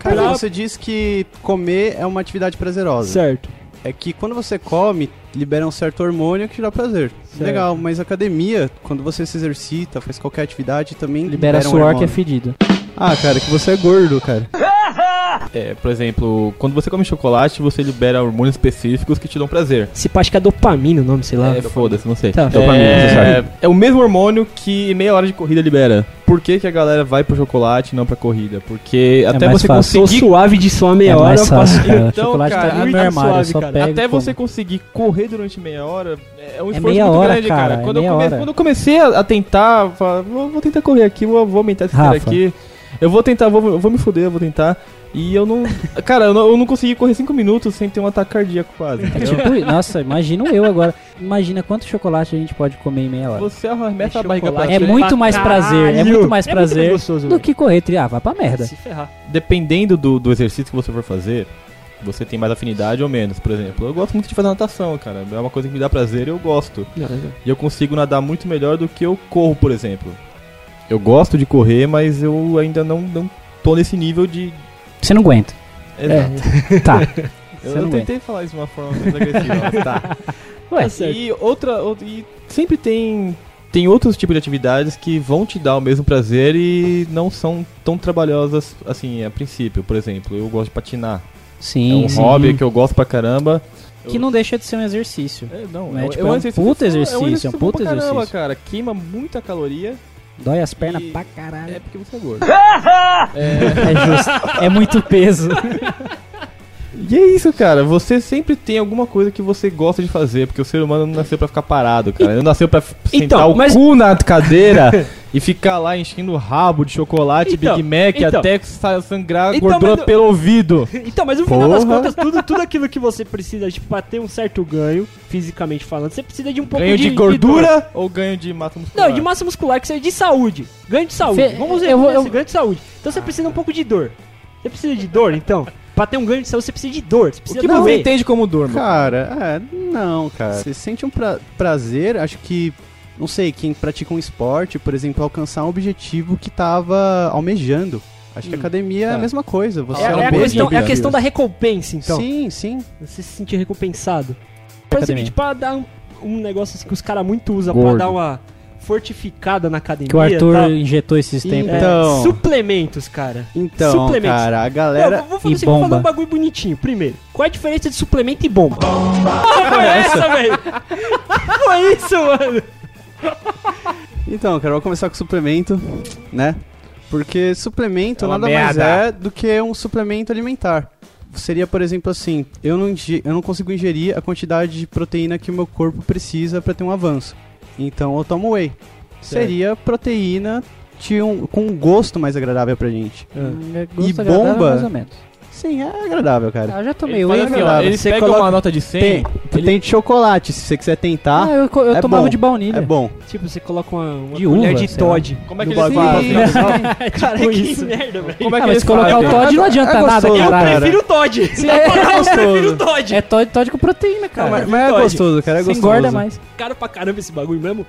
B: Cara,
D: Pra-
B: você diz que comer é uma atividade prazerosa.
D: certo?
B: É que quando você come, libera um certo hormônio que te dá prazer.
D: Certo.
B: Legal, mas academia, quando você se exercita, faz qualquer atividade, também
A: Libera
B: libera, um
A: suor que é
B: hormônio.
A: fedido.
B: Ah, cara, que você é gordo, cara.
C: É, por exemplo, quando você come chocolate, você libera hormônios específicos que te dão prazer.
D: Se pá, acho que é dopamina o nome, sei lá.
C: É, foda-se, não sei.
D: Tá.
C: É, é o mesmo hormônio que meia hora de corrida libera. Por que, que a galera vai pro chocolate e não pra corrida? Porque
D: É
C: até
A: mais
C: você
D: Eu sou
C: conseguir.
D: suave de só meia
A: é
D: hora,
A: mais
D: eu faço...
A: fácil, cara.
C: Então,
A: Chocolate
C: cara,
A: tá dentro do
D: muito
A: meu armário, eu
D: suave,
A: só
D: cara.
A: pega
C: Até
A: e como.
C: você conseguir correr durante meia hora é um
A: É
C: esforço
A: meia
C: muito
A: hora,
C: grande,
A: cara,
C: cara.
A: é
C: Quando,
A: meia
C: eu come-
A: hora.
C: quando eu comecei a, a tentar, eu falava, vou, vou tentar correr aqui, vou, vou aumentar esse cara
A: Rafa.
C: aqui. Eu vou tentar, vou, eu vou me fuder, eu vou tentar. E eu não. cara, eu não, eu não consegui correr 5 minutos sem ter um ataque cardíaco quase.
A: É
C: entendeu?
A: tipo, nossa, imagina eu agora. Imagina quanto chocolate a gente pode comer em meia hora.
C: Você arremessa a barriga tá pra
D: chocolate.
A: É
C: frente.
A: muito mais prazer, é muito mais
D: É muito mais
A: prazer
D: gostoso,
A: do
D: velho.
A: que correr tri... Ah, vai pra merda.
D: Se ferrar.
C: dependendo do, do exercício que você for fazer, você tem mais afinidade ou menos. Por exemplo, eu gosto muito de fazer natação, cara. É uma coisa que me dá prazer e eu gosto. E eu consigo nadar muito melhor do que eu corro, por exemplo. Eu gosto de correr, mas eu ainda não, não tô nesse nível de.
A: Você não aguenta.
C: Exato.
A: Tá.
C: eu
A: É, você não
C: eu tentei falar isso de uma forma menos agressiva, mas tá.
A: Ué,
D: Tá certo.
C: E outra, outra- e sempre tem tem outros tipos de atividades que vão te dar o mesmo prazer e não são tão trabalhosas assim a princípio. Por exemplo, eu gosto de patinar.
A: Sim,
C: É um
A: sim. Hum,
C: hobby que eu gosto pra caramba.
A: Que não deixa de ser um exercício.
C: É, não,
A: Não é, tipo, é um puta exercício, é um
C: bom
A: puta
C: pra caramba,
A: exercício.
C: cara. Queima muita caloria.
A: Dói as pernas
C: E-
A: pra caralho.
C: É porque você é gordo.
A: É justo. É muito peso.
C: E é isso, cara. Você sempre tem alguma coisa que você gosta de fazer, porque o ser humano não nasceu pra ficar parado, cara. Ele nasceu pra f-
D: Então,
C: sentar o
D: mas-
C: cu na cadeira e ficar lá enchendo o rabo de chocolate,
D: Então,
C: Big Mac,
D: então.
C: até sa- sangrar
D: Então,
C: gordura
D: mas-
C: pelo ouvido.
D: Então, mas no final das
C: Porra.
D: contas, tudo, tudo aquilo que você precisa, tipo, pra ter um certo ganho, fisicamente falando, você precisa de um pouco
C: Ganho de
D: de dor.
C: gordura Ah. ou ganho de massa muscular?
D: Não, de massa muscular, que isso é de saúde. Ganho de saúde.
A: Fe-
D: Vamos ver,
A: eu vou-
D: vamos ver
A: eu-
D: esse ganho de saúde. Então
C: Ah.
D: você precisa um pouco de dor. Você precisa de dor, então? Pra ter um ganho de saúde, você precisa de dor. Você
C: O
D: precisa
A: Tipo,
C: que
D: doer.
C: você entende como
A: Tá
C: dor, mano?
B: Cara, é, não, cara. Você sente um pra- prazer, acho que, não sei, quem pratica um esporte, por exemplo, alcançar um objetivo que tava almejando. Acho que a academia é um a
C: tá.
B: mesma coisa. Você
D: Hum. É, é a
B: almeja
D: questão, é a
B: objetivos.
D: questão da recompensa, então.
B: Sim, sim.
D: Você se sentir recompensado. Faz o
A: Academia.
D: seguinte, pra dar um, um negócio assim que os caras muito usam pra
C: Gordo.
D: dar uma fortificada na academia.
A: Que o Arthur
D: tá?
A: injetou esses tempos.
D: É,
B: Então.
D: suplementos, cara.
B: Então,
D: Suplementos.
B: cara, a
D: Não,
B: galera.
D: vou, falar
A: e
D: assim, vou falar
A: bomba.
D: um bagulho bonitinho. Primeiro, qual é a diferença de suplemento e bomba? Porra, foi essa, velho? foi isso, mano?
B: Então, cara, vou começar com suplemento, né? Porque suplemento
C: É uma
B: nada mais
C: merda.
B: é do que um suplemento alimentar. Seria, por exemplo, assim, eu não, inge- eu não consigo ingerir a quantidade de proteína que o meu corpo precisa para ter um avanço. Então eu tomo whey. Seria proteína de um- com um gosto mais agradável pra gente.
A: É,
B: E
A: gosto agradável,
B: bomba?
A: Mais ou menos.
B: Sim, é agradável, cara.
A: Ah, eu já tomei
C: Ele
A: whey.
C: faz assim, ó, ele
B: Você
C: pega
B: coloca-
C: uma nota de 100,
B: Tem,
C: ele-
B: tem de chocolate, se você quiser tentar.
A: Ah, eu, co- eu
B: é
A: tomava
B: bom.
A: de baunilha.
B: é bom.
D: Tipo, você coloca uma, uma
A: De
D: colher
A: uva,
D: de
A: sei lá.
D: Todd.
C: Como é que
B: No
C: eles fazem?
B: bagulho.
D: Cara,
A: Tipo
D: que
A: isso.
D: merda, velho.
C: Como é
A: Ah,
C: que
A: mas
C: eles
A: colocar o
C: fazem?
A: Todd não
B: É
A: adianta
B: gostoso,
A: nada,
D: Eu
B: cara.
A: caralho.
D: prefiro o Todd.
A: Sim,
D: Na
A: é
D: moral, eu
A: gostoso.
D: prefiro o Todd.
A: É Todd, Todd com proteína, cara.
B: mas, mas é
D: Pode.
B: gostoso, cara. É
A: Você
B: gostoso.
A: engorda mais.
D: Caro pra caramba esse bagulho mesmo.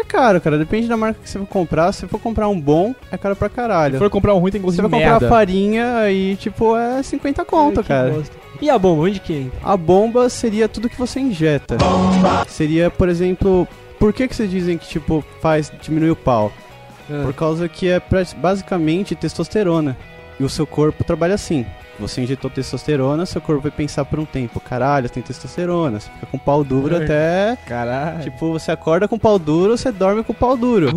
B: É caro, cara. Depende da marca que você for comprar. Se você for comprar um bom, é caro pra caralho.
C: Se for comprar um ruim, tem gosto
B: Você
C: de
B: vai comprar
C: merda.
B: farinha e, tipo, é 50 conto,
D: Ai, que
B: cara.
D: bosta. E a bomba, onde que é?
B: A bomba seria tudo que você injeta. Seria, por exemplo, por que que vocês dizem que, tipo, faz diminuir o pau?
D: Ah.
B: Por causa que é pra- basicamente testosterona. E o seu corpo trabalha assim. Você injetou testosterona, seu corpo vai pensar por um tempo. Caralho, tem testosterona. Você fica com pau duro
C: Ai.
B: até...
C: Caralho.
B: Tipo, você acorda com pau duro, você dorme com pau duro.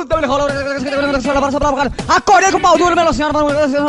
F: Então Acordei com o pau duro, minha senhora,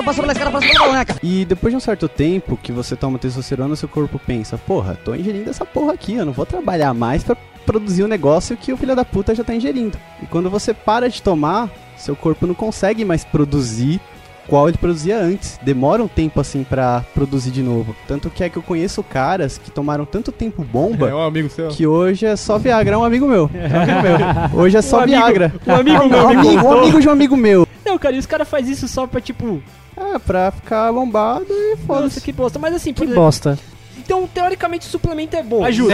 F: passou pela escada, passou pela boneca.
B: E depois de um certo tempo que você toma testosterona, seu corpo pensa, porra, tô ingerindo essa porra aqui, eu não vou trabalhar mais pra produzir um negócio que o filho da puta já tá ingerindo. E quando você para de tomar, seu corpo não consegue mais produzir qual ele produzia antes. Demora um tempo assim pra produzir de novo. Tanto que é que eu conheço caras que tomaram tanto tempo
C: É
B: bomba
C: um amigo seu.
B: que hoje é só Viagra, é um amigo meu. É um amigo meu. Hoje é só Viagra.
D: Um amigo meu
B: um,
D: me
B: amigo, um
D: contou.
B: amigo de um amigo meu.
D: Não, cara, e os caras fazem isso só pra, tipo...
B: É, pra ficar lombado e
D: Nossa,
B: foda-se.
D: que bosta. Mas assim, por
A: Que
D: exemplo,
A: bosta.
D: então, teoricamente, o suplemento é bom. Ajuda.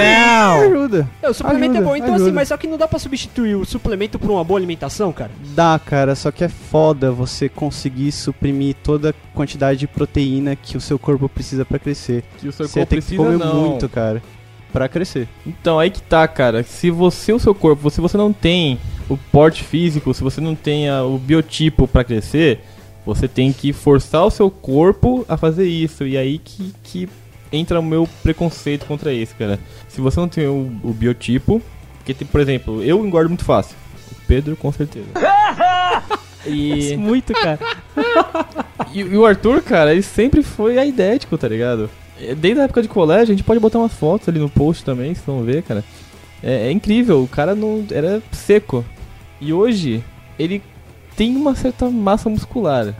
B: Ajuda.
D: É, o suplemento
B: Ajuda,
D: é bom, então
B: ajuda.
D: assim, mas só que não dá pra substituir o suplemento por uma boa alimentação, cara.
B: Dá, cara, só que é foda você conseguir suprimir toda a quantidade de proteína que o seu corpo precisa pra crescer.
C: Que o seu
B: Você
C: corpo
B: tem que
C: precisa,
B: comer
C: não.
B: muito, cara, pra crescer.
C: Então, aí que tá, cara. Se você, o seu corpo, se você não tem o porte físico, se você não tem a- o biotipo pra crescer, você tem que forçar o seu corpo a fazer isso. E aí que, que entra o meu preconceito contra isso, cara. Se você não tem o, o biotipo, porque, tem, por exemplo, eu engordo muito fácil. O Pedro, com certeza. E,
A: Muito, cara.
C: e, e o Arthur, cara, ele sempre foi aidético, tá ligado? É, Desde a época de colégio, a gente pode botar umas fotos ali no post também, vocês vão ver, cara. É, é incrível, o cara não era seco. E hoje, ele tem uma certa massa muscular.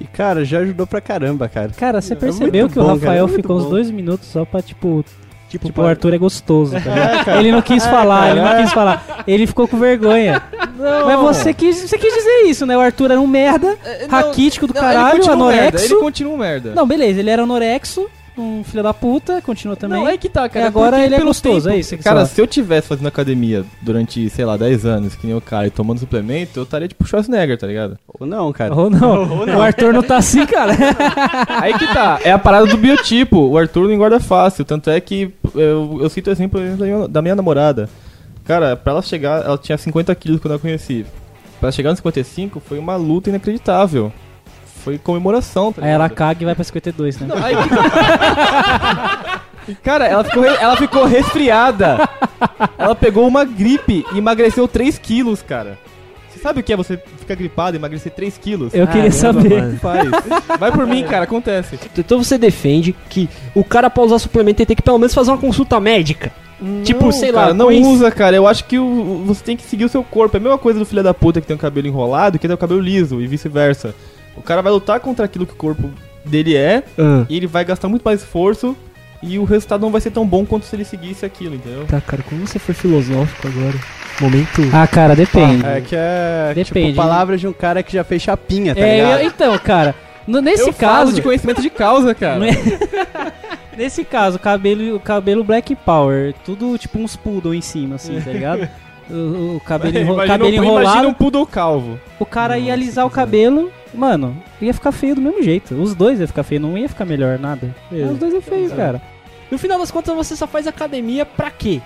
B: E, cara, já ajudou pra caramba, cara.
A: Cara, você
C: É
A: percebeu
B: muito
A: que o
B: bom, cara, é
A: Rafael
B: muito
A: ficou uns
B: bom.
A: dois minutos só pra, tipo... Tipo, o
B: pra-
A: Arthur é gostoso, tá ligado? Ele não
C: É,
A: quis falar, ele não quis falar. Ele ficou com vergonha. Mas você quis, você quis dizer isso, né? O Arthur era um merda, raquítico do caralho,
C: merda, É, ele
A: anorexo.
C: continua um merda.
A: Não, beleza, ele era anorexo, um filho da puta, continua também.
C: é que tá, cara.
A: E agora
C: porque
A: ele é
C: pelo
A: gostoso,
C: tempo-
A: é isso que você
C: Cara,
A: fala.
C: se eu tivesse fazendo academia durante, sei lá, 10 anos, que nem o cara, e tomando suplemento, eu estaria tipo Schwarzenegger, tá ligado?
B: Ou não, cara.
A: Ou não. O Arthur não tá assim, cara.
C: Aí que tá, é a parada do biotipo. O Arthur não engorda fácil, tanto é que eu, eu cito o exemplo da minha, da minha namorada. Cara, pra ela chegar, ela tinha 50 quilos quando eu a conheci. Pra ela chegar nos 55 foi uma luta inacreditável. Foi comemoração, tá
A: Aí ela
C: ligado?
A: caga e vai pra 52, né?
C: Não, aí que tá. Cara, ela ficou, re- ela ficou resfriada. Ela pegou uma gripe e emagreceu 3 quilos, cara. Você Sabe o que é você ficar gripado e emagrecer 3 quilos?
A: Eu queria
D: Caramba,
A: saber.
D: mano.
C: Faz. Vai por mim, cara, acontece.
D: Então você defende que o cara pra usar suplemento ele tem que pelo menos fazer uma consulta médica. tipo,
C: Não,
D: sei
C: cara,
D: lá,
C: Não
D: conhece-
C: usa, cara. Eu acho que o- o- você tem que seguir o seu corpo. É a mesma coisa do filho da puta que tem o cabelo enrolado que tem o cabelo liso e vice-versa. O cara vai lutar contra aquilo que o corpo dele é
D: Ah.
C: e ele vai gastar muito mais esforço e o resultado não vai ser tão bom quanto se ele seguisse aquilo, entendeu?
D: Tá, cara, como você foi filosófico agora? Momento.
A: Ah, cara, depende.
B: É que é
A: Depende, né?
B: tipo palavras de um cara que já fez chapinha, tá
A: É,
B: ligado?
A: eu- então, cara, no- nesse
C: Eu falo
A: caso.
C: de conhecimento de causa, cara.
A: Nesse caso, cabelo, cabelo Black Power, tudo tipo uns poodle em cima, assim, tá ligado? O, o cabelo, enro-
C: Imagina
A: cabelo
C: um- Imagina
A: enrolado,
C: um poodle calvo.
A: o cara ia
C: Nossa,
A: alisar o
C: cara.
A: cabelo, mano, ia ficar feio do mesmo jeito. Os dois ia ficar feio, não ia ficar melhor nada.
D: É.
A: Os dois é feio,
D: É.
A: cara.
D: No final das contas, você só faz academia pra quê?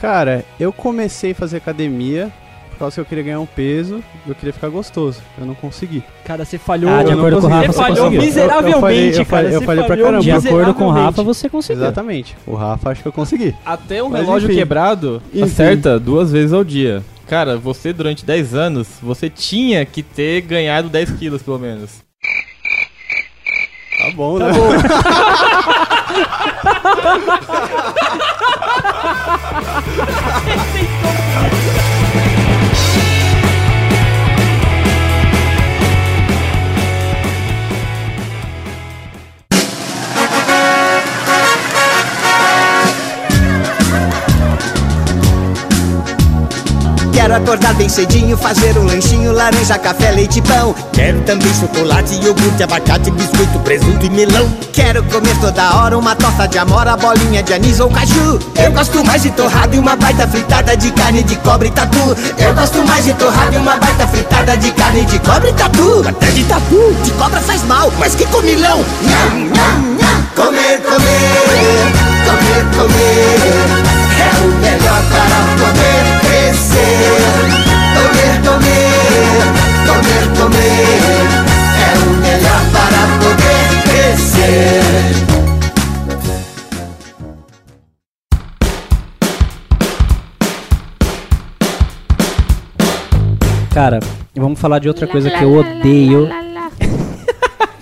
B: Cara, eu comecei a fazer academia por causa que eu queria ganhar um peso e eu queria ficar gostoso. Eu não consegui.
D: Cara, você falhou.
A: Ah, de
B: Eu não
A: acordo com o
B: consegui.
A: Rafa, você
B: Eu- eu
D: falhou
A: conseguiu.
B: falei- eu falei-
D: miseravelmente,
B: eu
D: cara.
B: falei- Eu
D: você
B: falei pra
D: falhou
B: caramba.
A: De
C: ah,
A: acordo com o Rafa,
D: miseravelmente.
A: você conseguiu.
B: Exatamente. O Rafa acho que eu consegui.
C: Até um
B: Mas
C: relógio
B: enfim.
C: quebrado
B: Enfim.
C: acerta duas vezes ao dia. Cara, você durante 10 anos, você tinha que ter ganhado 10 quilos, pelo menos.
B: Tá bom, né?
G: Quero acordar bem cedinho, fazer um lanchinho, laranja, café, leite e pão. Quero também chocolate, iogurte, abacate, biscoito, presunto e melão. Quero comer toda hora uma torta de amora, bolinha de anis ou caju. Eu gosto mais de torrada e uma baita fritada de carne de cobre e tatu. Eu gosto mais de torrada e uma baita fritada de carne de cobre e tatu. Até de tatu, de cobra faz mal, mas que comilão. Nham, nham, nham. Comer, comer, comer, comer. É o melhor para comer, crescer. Comer, comer, comer, comer. É o melhor para poder crescer.
A: Cara, vamos falar de outra coisa que eu odeio.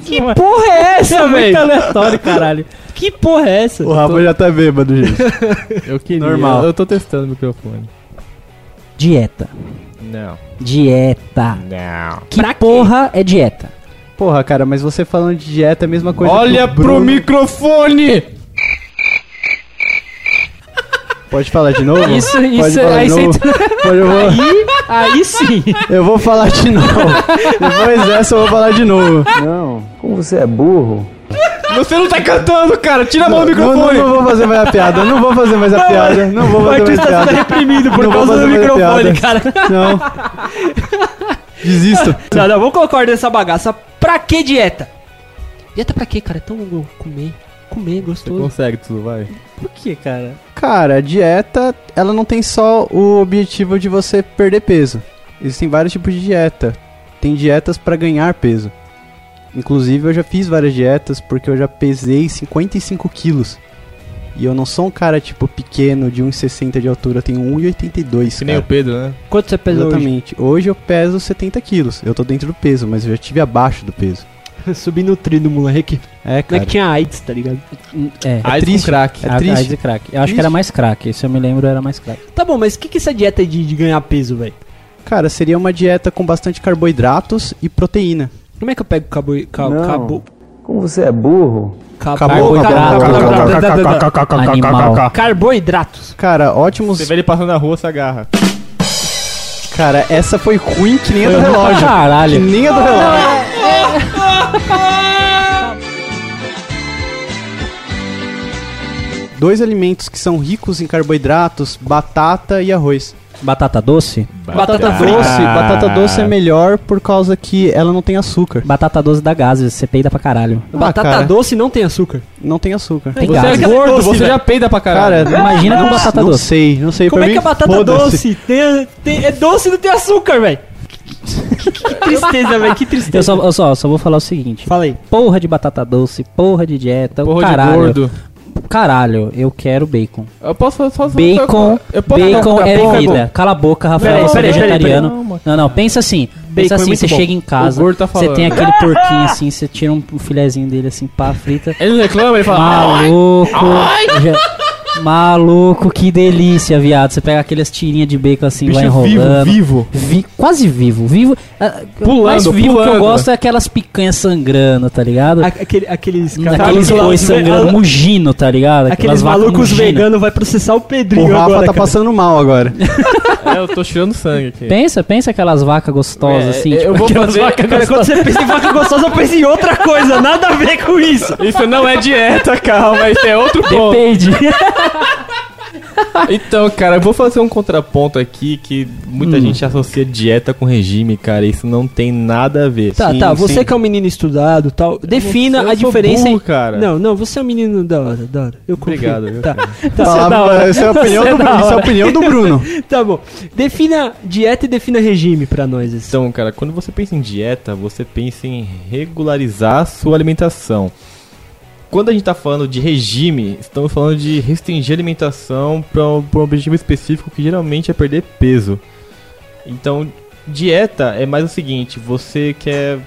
A: que
D: Porra é essa,
A: muito
D: velho?
A: aleatório, caralho.
D: Que porra é essa?
B: O Rafa já tá bêbado, gente.
C: Eu queria.
B: Normal.
C: Eu tô testando o microfone.
A: Dieta.
C: Não.
A: Dieta.
C: Não.
A: Que porra é dieta?
B: Porra, cara, mas você falando de dieta é a mesma coisa
C: Olha
B: que o
C: pro
B: Bruno...
C: microfone!
B: Pode falar de novo?
D: Isso-
B: Pode
D: isso-
B: falar
D: aí
B: de
D: você
B: novo? Pode- eu, vou,
D: Aí, aí sim.
B: eu vou falar de novo. Depois dessa eu vou falar de novo.
C: Você não tá cantando, cara! Tira a mão do
B: Não, não,
C: microfone!
B: não vou fazer mais a piada. Não vou fazer mais a piada. Não vou
D: O
B: fazer mais a
D: artista tá
B: piada.
D: sendo reprimido por
B: Não vou
D: causa do
B: fazer mais
D: microfone,
B: piada.
D: cara.
B: Não. Desisto.
D: Não, não, vamos colocar ordem nessa bagaça. Pra que dieta? Dieta pra quê, cara? É tão bom comer. Comer,
C: Você
D: gostoso.
C: consegue, tudo vai.
A: Por que, cara?
B: Cara, a dieta, ela não tem só o objetivo de você perder peso. Existem vários tipos de dieta. Tem dietas pra ganhar peso. Inclusive, eu já fiz várias dietas porque eu já pesei 55 quilos. E eu não sou um cara, tipo, pequeno, de 1,60 de altura. Eu tenho 1,82,
C: Que nem o
B: cara.
C: Pedro, né?
D: Quanto você pesa hoje?
B: Exatamente. Hoje? eu peso 70 quilos. Eu tô dentro do peso, mas eu já tive abaixo do peso.
D: Subnutrido, moleque.
B: É,
D: Como é
B: cara.
D: que tinha AIDS, tá ligado?
A: É.
C: AIDS com
B: triste.
C: crack.
B: É
A: A-
B: triste.
A: AIDS e crack. Eu acho que
B: Triste.
A: era mais crack. Se eu me lembro, era mais crack.
D: Tá bom, mas o que, que é essa dieta de, de ganhar peso, velho?
B: Cara, seria uma dieta com bastante carboidratos e proteína.
D: Como é que eu pego cabo... Ca, cabo... Como
C: Tá
D: você é burro?
A: Carboidrato.
D: Carboidrato.
A: Animal.
D: Carboidratos.
B: Cara, ótimos
C: Você vê ele passando na rua, você agarra.
B: Cara, essa foi ruim que nem a do relógio. Que
A: Caralho.
B: nem a do relógio. Dois alimentos que são ricos em carboidratos, batata e arroz.
A: Batata doce?
D: Batata
B: Batata
D: frita.
B: doce, batata doce é melhor por causa que ela não tem açúcar.
A: Batata doce da gás, você peida pra caralho.
B: Ah,
D: Batata
B: cara,
D: doce não tem açúcar.
B: Não tem açúcar.
A: Tem
C: Você é
A: gás.
C: gordo,
D: doce,
C: você
D: velho.
C: já peida pra caralho.
B: Cara,
A: Imagina com batata
B: não
A: doce.
B: sei, não sei
D: Como
B: pra
D: é
B: mim,
D: que a batata
B: foda-se.
D: doce tem, tem- é doce e não tem açúcar, velho? Que, que tristeza, velho. Que tristeza.
A: Eu só, eu só, só vou falar o seguinte.
D: Fala aí.
A: Porra de batata doce, porra de dieta, o
C: Porra de
A: caralho.
C: gordo.
A: caralho, eu quero bacon.
C: Eu posso só... só-
A: Bacon,
C: eu posso- um
A: bacon
C: não,
A: é
C: bom,
A: bebida.
C: bom.
A: Cala a boca, Rafael,
C: Não,
A: você é
C: peraí, peraí,
A: vegetariano.
C: peraí. Não,
A: Não, não, pensa assim.
C: Bacon
A: Pensa
C: é
A: assim,
C: muito
A: você
C: bom.
A: chega em casa,
C: O gordo tá
A: você
C: falando.
A: tem aquele porquinho assim, você tira um filezinho dele assim, pá, frita.
C: Ele não reclama, ele fala...
A: Maluco! Já- Maluco, que delícia, viado. Você pega aquelas tirinhas de bacon assim, vai
C: Bicho vivo,
A: enrolando.
C: vivo.
A: Vi- quase vivo, vivo. ah,
C: Pulando,
A: o mais vivo que eu
C: pulando.
A: gosto é aquelas picanhas sangrando, tá ligado? Hum,
D: A- Aquele, aqueles
A: Aqueles bois sangrando, mugindo, tá ligado?
D: Aqueles
A: Aquelas vacas
D: malucos
A: mugindo.
D: veganos vai processar o Pedrinho
B: O Rafa
D: agora,
B: tá
D: cara.
B: passando mal agora.
C: É, eu tô tirando sangue aqui.
A: Pensa, pensa aquelas vacas gostosas,
C: É,
A: assim.
C: eu
A: tipo,
C: vou
A: aquelas
C: fazer-
A: vacas
D: Cara, quando você pensa em vaca gostosa, eu penso em outra coisa, nada a ver com isso.
C: Isso não é dieta, calma, isso é outro ponto.
A: Depende.
C: Então, cara, eu vou fazer um contraponto aqui que muita gente associa dieta com regime, cara. Isso não tem nada a ver.
D: Tá,
B: Sim,
D: tá, você
B: sim.
D: que é um menino estudado tal, defina
C: eu
D: a
C: sou
D: diferença.
C: burro,
D: em-
C: cara.
D: Não, não, você é um menino da hora, da hora. Eu confio.
C: Obrigado, viu,
D: tá.
C: cara?
D: Tá,
B: Falava-
D: da hora.
B: essa é a opinião
D: Você é
B: do
D: da
B: Bruno. Essa é a
D: hora.
B: opinião do Bruno.
D: Tá bom. Defina dieta e defina regime pra nós. Assim.
C: Então, cara, quando você pensa em dieta, você pensa em regularizar a sua alimentação. Quando a gente tá falando de regime, estamos falando de restringir a alimentação para um, pra um objetivo específico que geralmente é perder peso. Então, dieta é mais o seguinte, você quer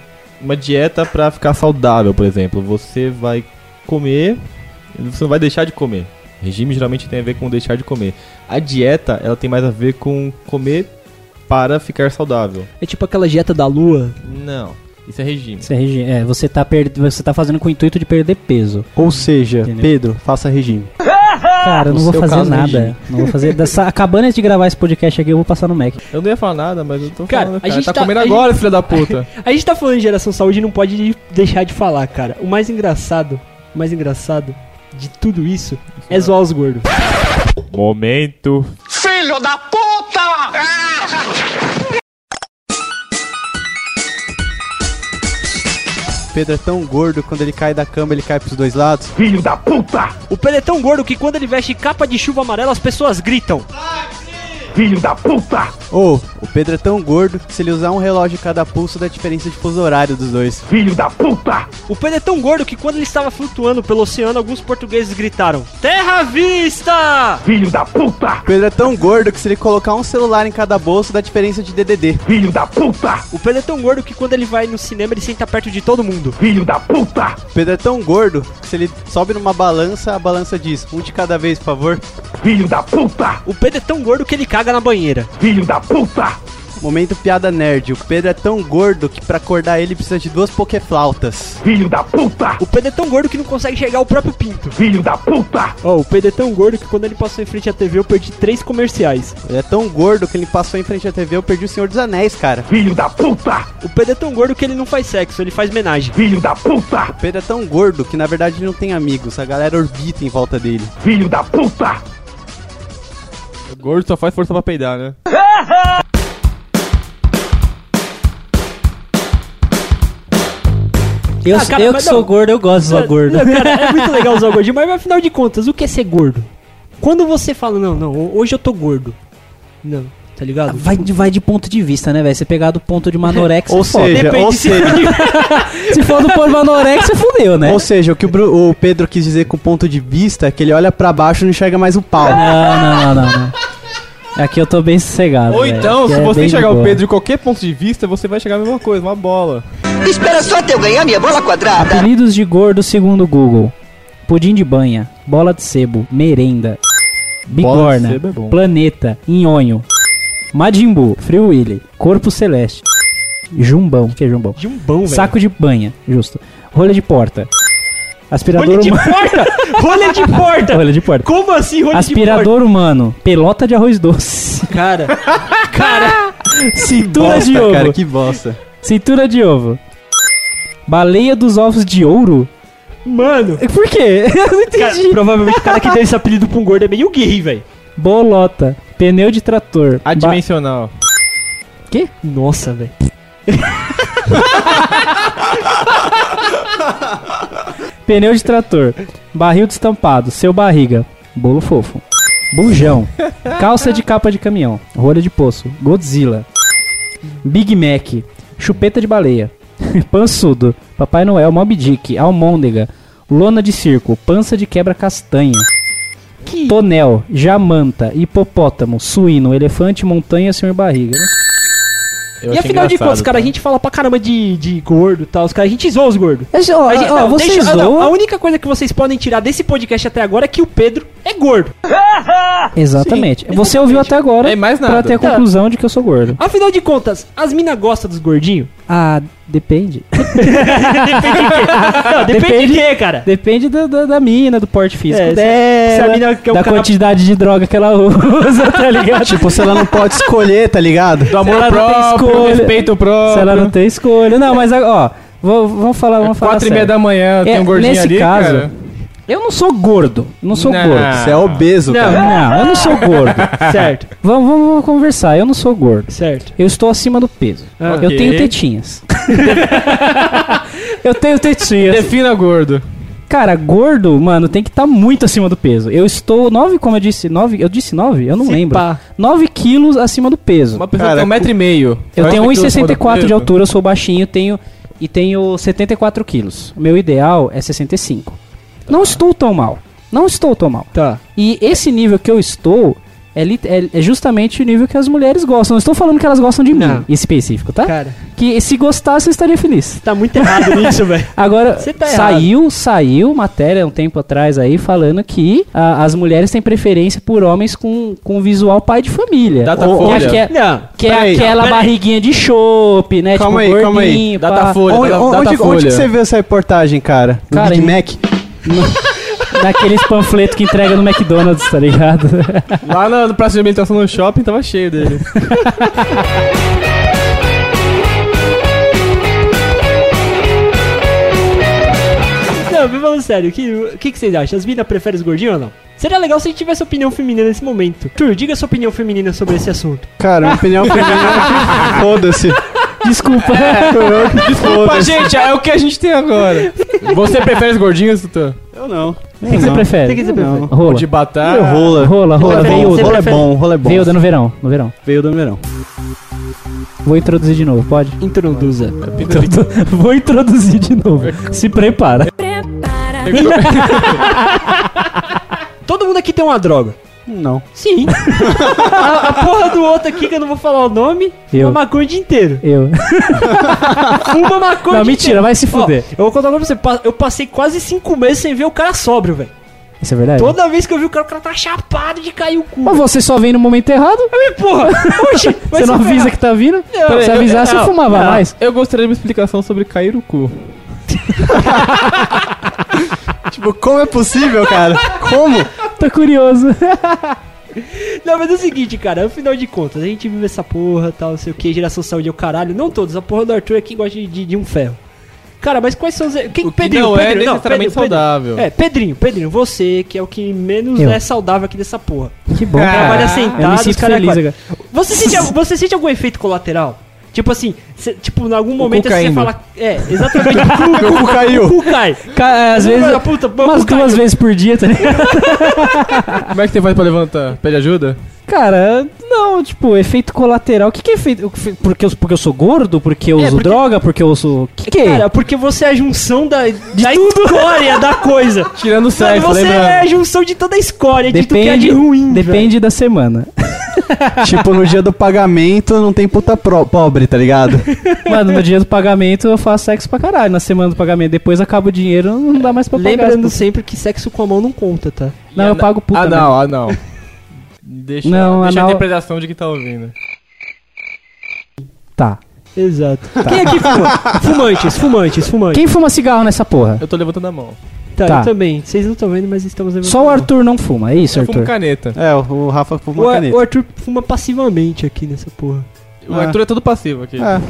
C: uma dieta para ficar saudável, por exemplo, você vai comer, você não vai deixar de comer. Regime geralmente tem a ver com deixar de comer. A dieta, ela tem mais a ver com comer para ficar saudável.
D: É tipo aquela dieta da lua.
C: Não, isso é regime.
A: Você, regi- é, você, tá per- você tá fazendo com o intuito de perder peso.
B: Ou seja,
A: Entendeu?
B: Pedro, faça regime.
A: Cara, eu não
C: No
A: vou
C: seu
A: fazer
C: caso,
A: nada.
C: regime.
A: Não vou fazer. dessa- acabando antes de gravar esse podcast aqui, eu vou passar no Mac.
C: Eu não ia falar nada, mas eu tô
D: Cara,
C: falando,
D: a
C: cara.
D: gente
C: tá,
D: tá-
C: comendo
D: a gente-
C: agora, filha da puta.
D: A gente tá falando de geração saúde e não pode deixar de falar, cara. O mais engraçado, o mais engraçado de tudo isso é zoar os gordos.
C: Momento.
B: Pedro é tão gordo, quando ele cai da cama, ele cai pros dois lados.
D: O Pedro é tão gordo que quando ele veste capa de chuva amarela, as pessoas gritam.
B: Ou, o Pedro é tão gordo que se ele usar um relógio em cada pulso, dá diferença de fuso horário dos dois.
D: O Pedro é tão gordo que quando ele estava flutuando pelo oceano, alguns portugueses gritaram: Terra à vista!
B: O Pedro é tão gordo que se ele colocar um celular em cada bolso, dá diferença de DDD.
D: O Pedro é tão gordo que quando ele vai no cinema, ele senta perto de todo mundo.
B: O Pedro é tão gordo que se ele sobe numa balança, a balança diz, um de cada vez, por favor.
D: O Pedro é tão gordo que ele caga na banheira.
B: Momento piada nerd. O Pedro é tão gordo que pra acordar ele precisa de duas pokéflautas.
D: O Pedro é tão gordo que não consegue chegar ao próprio pinto. Filho da puta! Ó, o Pedro é tão gordo que quando ele passou em frente à TV, eu perdi três comerciais.
B: Ele é tão gordo que ele passou em frente à TV, eu perdi o Senhor dos Anéis, cara.
D: O Pedro é tão gordo que ele não faz sexo, ele faz homenagem.
B: O Pedro é tão gordo que na verdade ele não tem amigos, a galera orbita em volta dele.
C: O gordo tá só faz força pra peidar, né?
A: Eu,
D: Ah, cara,
A: eu que
D: mas
A: sou
D: não.
A: gordo, eu gosto de zoar gordo.
D: Não, cara, é muito legal usar o gordinho, mas afinal de contas, o que é ser gordo? Quando você fala, não, não, ho- hoje eu tô gordo. Não, tá ligado?
A: Vai, de- vai de ponto de vista, né, velho? Você pegar do ponto de uma anorexia,
B: Ou
A: foda.
B: seja, ou
D: Depende se-
B: seja,
A: Se for do ponto de uma anorexia, fudeu, né?
B: É. Ou seja, o que o, Bru- o Pedro quis dizer com o ponto de vista é que ele olha pra baixo e não enxerga mais o pau.
A: Ah, Não, não, não, não. não. Aqui eu tô bem sossegado.
C: Ou
A: velho.
C: então,
A: Aqui
C: se
A: é
C: você
A: bem de
C: enxergar o
A: boa.
C: Pedro de qualquer ponto de vista, você vai chegar a mesma coisa, uma bola.
F: Espera só até eu ganhar minha bola quadrada.
A: Apelidos de gordo segundo o Google: pudim de banha, bola de sebo, merenda,
C: Bola de
A: bigorna,
C: sebo é bom.
A: planeta, inhonho, madimbu, frio willy, corpo celeste, jumbão, que é jumbão,
D: Jumbão, velho.
A: saco de banha, justo, rolha de porta, aspirador
D: Rolha de
A: humano,
D: porta! Rolha de porta!
A: rolha de porta,
D: Como assim rolha de porta?
A: aspirador humano, pelota de arroz doce,
D: Cara, cara,
A: cintura de
B: Bosta,
A: ovo,
B: cara, que bosta.
A: cintura de ovo, baleia dos ovos de ouro.
D: mano.
A: Por quê? Eu não
D: Cara,
A: entendi.
D: provavelmente o cara que deu esse apelido pra um gordo é meio gay, velho.
A: Bolota, pneu de trator, ba-
C: Adimensional.
D: Nossa, velho.
A: Pneu de trator, barril de estampado, seu barriga, bolo fofo, bujão, calça de capa de caminhão, rolha de poço, Godzilla, Big Mac, chupeta de baleia, pançudo, Papai Noel, Mob Dick, almôndega, lona de circo, pança de quebra castanho,
D: Que
A: tonel, jamanta, hipopótamo, suíno, elefante, montanha, senhor barriga.
C: Eu
D: e
C: achei
D: afinal de
C: engraçado,
D: contas, cara, a
C: tá?
D: gente fala pra caramba de, de gordo e tal. Os caras, a gente zoa os gordos.
A: Ó,
D: A gente- não,
A: vocês
D: deixa- ah, não, a única coisa que vocês podem tirar desse podcast até agora é que o Pedro é gordo.
A: Exatamente. Você ouviu até agora
H: É mais
A: pra
H: nada.
A: ter a conclusão de que eu sou gordo.
D: Afinal de contas, as minas gostam dos gordinhos?
A: Ah, depende.
D: Não, Ah, depende,
A: Depende-
D: de quê, cara?
A: Depende da, da, da mina, do porte físico
D: É, se-
A: dela,
D: se a mina quer um
A: da
D: cara-
A: quantidade de droga que ela usa, tá ligado?
B: Tipo, se ela não pode escolher, tá ligado?
H: Do amor
A: ela não tem
H: próprio,
A: escolha.
H: respeito próprio.
A: se ela não tem escolha. Não, mas ó, vou- vamos falar, vamos falar
H: Quatro e meia
A: sério.
H: da manhã, tem
A: É,
H: um gordinho
A: nesse
H: ali,
A: caso,
H: cara.
A: Eu não sou gordo, não sou
H: Não.
A: gordo.
B: Você é obeso, cara.
A: Não, eu não sou gordo.
D: Certo,
A: Vamos, vamos- vamos conversar, eu não sou gordo.
D: certo.
A: Eu estou acima do peso.
D: Ah,
A: Eu
H: ok.
A: tenho tetinhas. eu tenho tetinhas.
H: Defina gordo.
A: Cara, gordo, mano, tem que estar muito acima do peso. Eu estou 9, como eu disse, 9, eu disse 9? Eu não
D: Se
A: lembro.
D: pá.
A: 9 quilos acima do peso.
H: Uma pessoa
B: Cara,
H: tem um metro e meio.
A: Eu
H: Olha
A: tenho
C: um
H: que aquilo acima
A: 1,64
H: do
A: de
H: peso.
A: altura, eu sou baixinho, tenho e tenho 74 quilos. Meu ideal é 65. Não estou tão mal. Não estou tão mal.
D: Tá.
A: E esse nível que eu estou é, lit- é- é justamente o nível que as mulheres gostam. Não estou falando que elas gostam de
D: Não.
A: mim, em específico, tá?
D: Cara,
A: Que se gostasse, eu estaria feliz.
D: tá muito errado nisso, velho.
A: Agora,
D: Você tá
A: saiu, saiu matéria um tempo atrás aí falando que ah, as mulheres têm preferência por homens com, com visual pai de família.
H: Datafolha.
A: Que é, que é-
D: Não.
A: que é
B: Peraí.
A: aquela barriguinha de chope, né?
B: Calma aí, calma aí.
A: gordinho, pá.
H: Datafolha,
B: Onde,
H: data-
B: onde-
H: Datafolha.
B: onde que você viu essa reportagem, cara? No
A: Cara,
B: Big
A: em-
B: Mac?
A: Daqueles panfletos que entrega no McDonald's, tá ligado?
H: Lá na- no praça de alimentação no shopping tava cheio dele.
D: Não, mas falando sério, o que, o que, que vocês acham? As minas preferem os gordinhos ou não? Seria legal se a gente tivesse opinião feminina nesse momento. Tur, diga sua opinião feminina sobre esse assunto.
B: Cara, minha opinião feminina é que foda-se. É,
A: Desculpa.
H: Desculpa, gente, é o que a gente tem agora. Você prefere os gordinhos, Tutã?
B: Eu não.
A: O que você prefere?
D: O que você
B: não.
D: prefere?
A: Rola.
H: De batata.
B: Eu rola.
A: Rola, rola,
B: Rola é
D: Prefere-
B: bom,
D: você
B: rola é
D: prefere-
B: bom, rola é bom.
A: Veiuda no verão, no verão.
B: Veio do verão.
A: Vou introduzir de novo, pode?
D: Introduza.
A: Vou introduzir de novo. Se prepara.
D: Todo mundo aqui tem uma droga.
B: Não.
D: Sim. a, a porra do outro aqui, que eu não vou falar o nome,
A: Eu.
D: fuma maconha o dia inteiro.
A: Eu.
D: Fuma maconha
A: Não,
D: o dia
A: mentira,
D: inteiro.
A: vai se
D: Ó,
A: fuder.
D: eu vou contar uma coisa pra você. pa- Eu passei quase cinco meses sem ver o cara sóbrio, velho.
A: Isso é verdade?
D: Toda vez que eu vi o cara, o cara tá chapado de cair o cu.
A: Mas você só vem no momento errado?
D: Mas, porra, oxe, vai
A: Você não
D: se
A: avisa
D: ferrar.
A: que tá vindo?
D: Peraí,
A: Se
D: eu-
A: avisasse, eu
D: não,
A: fumava
D: não.
A: mais.
H: Eu gostaria de uma explicação sobre cair o cu.
B: Tipo, como é possível, cara? Como?
A: Tô curioso.
D: Não, mas é o seguinte, cara, afinal de contas, a gente vive essa porra, tal, não sei o que, geração saúde é o caralho. Não todos, a porra do Arthur aqui gosta de, de- de um ferro. Cara, mas quais são os. Quem,
H: O que não é necessariamente saudável.
D: É, Pedrinho, Pedrinho, você que é o que menos
A: Eu.
D: é saudável aqui dessa porra.
A: Que bom. cara.
D: Ah, Trabalha
A: eu me
D: sentado, os
A: sinto
D: caras.
A: feliz agora.
D: Você sente, al- você sente algum efeito colateral? Tipo assim, cê- tipo, em algum momento
H: cu
D: você
H: caindo.
D: fala. É, exatamente. o cu-
B: Meu cu
D: o
B: caiu.
D: cu cai.
A: Ca- é, Às vezes,
D: Filho da puta, meu
A: umas
D: cu caiu.
A: duas vezes por dia, tá ligado?
H: Como é que você faz pra levantar? Pede ajuda?
A: Cara, não, tipo, efeito colateral. O que, que é efeito? Porque eu, porque eu sou gordo? Porque eu
D: É,
A: uso
D: porque-
A: droga? Porque eu uso. O que, que é?
D: Cara, porque você é a junção da, da escória da coisa.
H: Tirando o
D: Mano,
H: sexo,
D: você é
H: lembrando.
D: a junção de toda a escória, de tudo que é
A: depende
D: de ruim. velho.
A: depende da semana.
B: tipo, no dia do pagamento não tem puta pro- pobre, tá ligado?
H: Ah,
A: Mano, no dia do pagamento eu faço sexo pra caralho. Na semana do pagamento, depois acaba o dinheiro, não dá mais pra pagar. as
D: Lembrando assim,
A: putas.
D: sempre que sexo com a mão não conta, tá?
A: Não, eu pago puta.
H: Ah,
A: mesmo.
H: não, ah, não. Deixa,
A: Não,
H: deixa a
A: anal-
H: interpretação de quem tá ouvindo.
A: Tá.
D: Exato. Quem aqui fuma? fumantes, fumantes, fumantes.
A: Quem fuma cigarro nessa porra?
H: Eu tô levantando a mão.
D: Tá,
A: Tá.
D: eu também. Vocês não estão vendo, mas estamos levantando
A: Só o
D: a mão.
A: Arthur não fuma, é isso,
H: Eu fumo
A: Arthur?
H: caneta.
B: É, o, o Rafa fuma
D: O, Ar-
B: caneta.
D: o Arthur fuma passivamente aqui nessa porra.
H: O
B: Ah.
H: Arthur é todo passivo aqui.
B: É.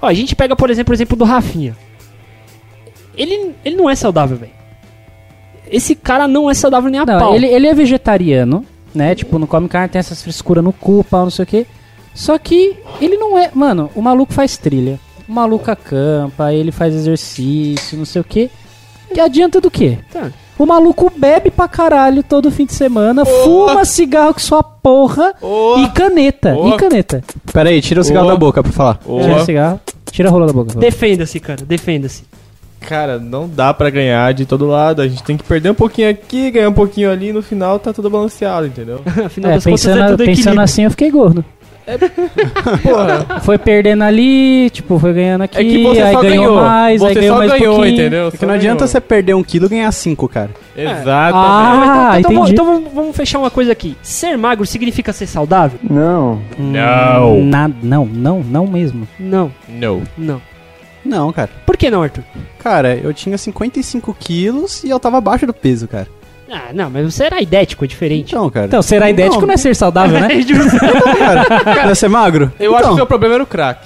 D: Ó, a gente pega, por exemplo, o exemplo do Rafinha. Ele, ele não é saudável, velho. Esse cara não é saudável nem a
A: Não,
D: pau.
A: ele, ele é vegetariano, né? Tipo, não come carne, tem essas frescuras no cu, pau, não sei o quê. Só que ele não é. Mano, o maluco faz trilha. O maluco acampa, ele faz exercício, não sei o quê. Que adianta do quê?
D: Tá.
A: O maluco bebe pra caralho todo fim de semana, fuma cigarro que sua porra
H: Oh.
A: e caneta.
H: Oh.
A: E caneta.
B: Pera aí, tira o cigarro
H: Ô.
B: da boca pra falar.
H: Ô,
A: Tira o cigarro, tira a rola da boca.
D: Defenda-se, cara, defenda-se.
C: Cara, não dá pra ganhar de todo lado. A gente tem que perder um pouquinho aqui, ganhar um pouquinho ali. No final tá tudo balanceado, entendeu?
D: Afinal
A: É,
D: das contas, é
A: pensando,
D: tudo
A: pensando
D: equilíbrio.
A: assim, eu fiquei gordo.
C: Porra.
A: Foi perdendo ali, tipo, foi ganhando aqui,
H: É que você
A: aí
H: só
A: ganhou,
H: ganhou.
A: mais,
H: você
A: aí ganhou
H: só
A: mais
H: ganhou,
A: pouquinho. É
H: entendeu?
B: Porque É não adianta você perder um quilo e ganhar cinco, cara.
C: É. Exatamente.
A: Ah,
D: então, vamos-
A: entendi.
D: então vamos- vamos fechar uma coisa aqui. Ser magro significa ser saudável?
C: Não.
A: Na- não, não, não mesmo.
D: Não,
C: Não.
D: não.
B: Não, cara.
D: Por que não, Arthur?
B: Cara, eu tinha 55 quilos e eu tava abaixo do peso, cara.
D: Ah, não, mas você era idético, é diferente.
B: Então, cara.
A: Então, será idético não, é ser saudável, né?
D: tá
B: cara, não é ser magro?
H: Eu
C: Então.
H: acho que o seu problema era o crack.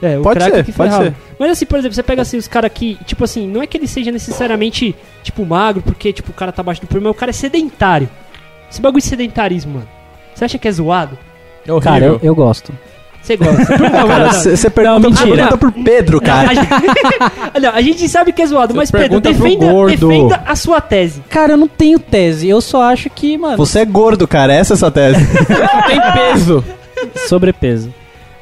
D: É, o
B: Pode
D: craque
B: ser,
D: que
B: pode
D: ferrava.
B: ser.
D: Mas assim, por exemplo, você pega assim os caras que, tipo assim, não é que ele seja necessariamente, tipo, magro, porque, tipo, o cara tá abaixo do problema, o cara é sedentário. Esse bagulho de sedentarismo, mano. Você acha que é zoado?
H: É horrível.
A: Cara, eu, eu gosto.
D: Você gosta. Por favor,
B: Cara,
D: não.
B: você pergunta,
D: mentira.
B: pergunta por Pedro, cara.
D: A gente- Olha, a gente sabe que é zoado, mas Pedro,
H: pergunta pro
D: defenda,
H: gordo.
D: defenda a sua tese.
A: Cara, eu não tenho tese, eu só acho que, mano,
B: Você é gordo, cara. Essa é a sua tese.
H: tem peso.
A: é sobrepeso.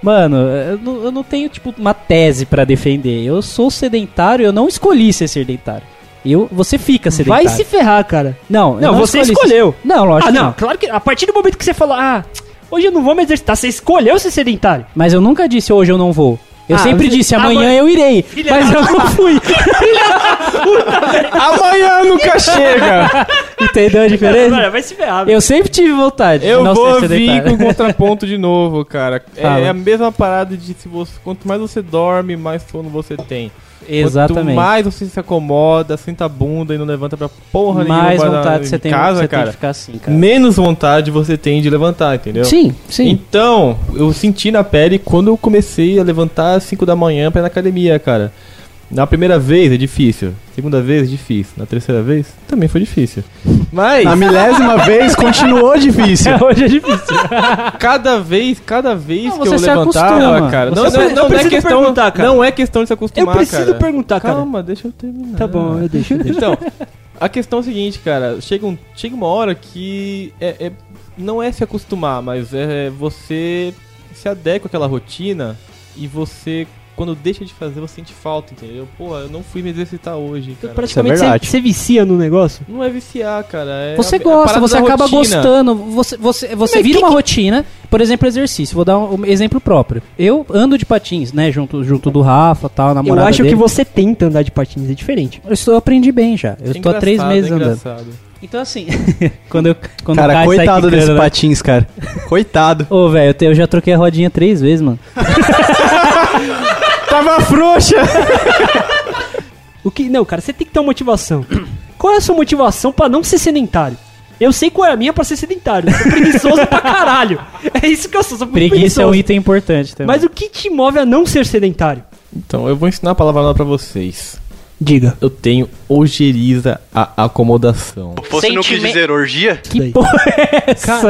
A: Mano, eu não, eu não tenho, tipo, uma tese pra defender. Eu sou sedentário, eu não escolhi ser sedentário. Eu, você fica sedentário.
D: Vai se ferrar, cara.
A: Não, eu
D: Não, você
A: escolhi ser-
D: escolheu.
A: Não, lógico.
D: ah,
A: que
D: não, claro que. A partir do momento que você falou, ah, hoje eu não vou me exercitar, você escolheu ser sedentário.
A: Mas eu nunca disse hoje eu não vou. Eu
D: Ah,
A: sempre
D: você-
C: tá
A: disse amanhã
D: agora-
A: eu irei,
D: Filha
A: mas
D: da-
A: eu não fui.
H: Amanhã nunca chega.
A: Entendeu a diferença?
D: Agora, vai se ferrar.
A: Eu sempre tive vontade. de
C: é Eu
A: não
C: vou
A: ser
C: vir
A: sedentário.
C: com o contraponto de novo, cara. É
A: Fala.
C: a mesma parada de se você. Quanto mais você dorme, mais sono você tem. Quanto
A: Exatamente.
C: mais você se acomoda, senta a bunda e não levanta pra porra
A: Mais
C: nenhuma na-
A: vontade
C: em
A: você tem,
C: casa,
A: você tem
C: cara,
A: de ficar assim, cara.
C: menos vontade você tem de levantar, entendeu?
A: Sim, sim.
C: Então, eu senti na pele quando eu comecei a levantar às 5 da manhã pra ir na academia, cara. Na primeira vez é difícil, segunda vez é difícil, na terceira vez também foi difícil. Mas
B: Na milésima vez, continuou difícil.
D: Hoje é difícil.
C: cada vez, cada vez
A: Não,
C: que eu
A: você se
C: levantava,
A: acostuma.
C: cara,
D: Você
C: não, não,
D: pre-
C: não
D: eu
C: é
D: preciso
C: questão,
D: perguntar, cara.
C: não é questão de se
D: Eu
C: acostumar,
D: preciso
C: cara.
D: perguntar, cara.
C: Calma, deixa eu terminar.
D: Tá bom, eu deixo. Eu deixo.
C: Então, a questão é a seguinte, cara. Chega, um, chega uma hora que é, é- não é se acostumar, mas é você se adequa àquela rotina e você, quando deixa de fazer, você sente falta, entendeu? Pô, eu não fui me exercitar hoje, cara.
D: Praticamente
B: Isso é
D: você,
B: verdade.
D: você vicia no negócio.
C: Não é viciar, cara. é
A: Você
C: a- a
A: gosta,
C: parada
A: você
C: da
A: acaba
C: rotina.
A: gostando, você, você, você
D: Mas
A: vira
D: que-
A: uma rotina, por exemplo, exercício. Vou dar um, um exemplo próprio. Eu ando de patins, né, junto, junto do Rafa, tal,
D: Eu
A: namorada
D: acho
A: dele.
D: que você tenta andar de patins, é diferente.
A: Eu estou, eu aprendi bem já. Eu
C: É
A: estou há três
C: engraçado,
A: meses
C: é
A: andando.
C: engraçado.
A: Então assim, quando eu quando o
B: Cara,
A: sai
B: coitado
A: quicando,
B: desse
A: né?
B: patins, cara. Coitado.
A: Ô, velho, eu te- eu já troquei a rodinha três vezes, mano.
B: Tava frouxa.
D: O que não, cara, você tem que ter uma motivação. Qual é a sua motivação pra não ser sedentário? Eu sei qual é a minha pra ser sedentário. Eu sou preguiçoso pra caralho. É isso que eu sou, sou muito
A: Preguiça é um
D: preguiçoso.
A: item importante também.
D: Mas o que te move a não ser sedentário?
C: Então, eu vou ensinar a palavra nova pra vocês.
D: Diga.
C: Eu tenho ogeriza à acomodação.
G: Você não quis dizer orgia?
D: Que porra é essa?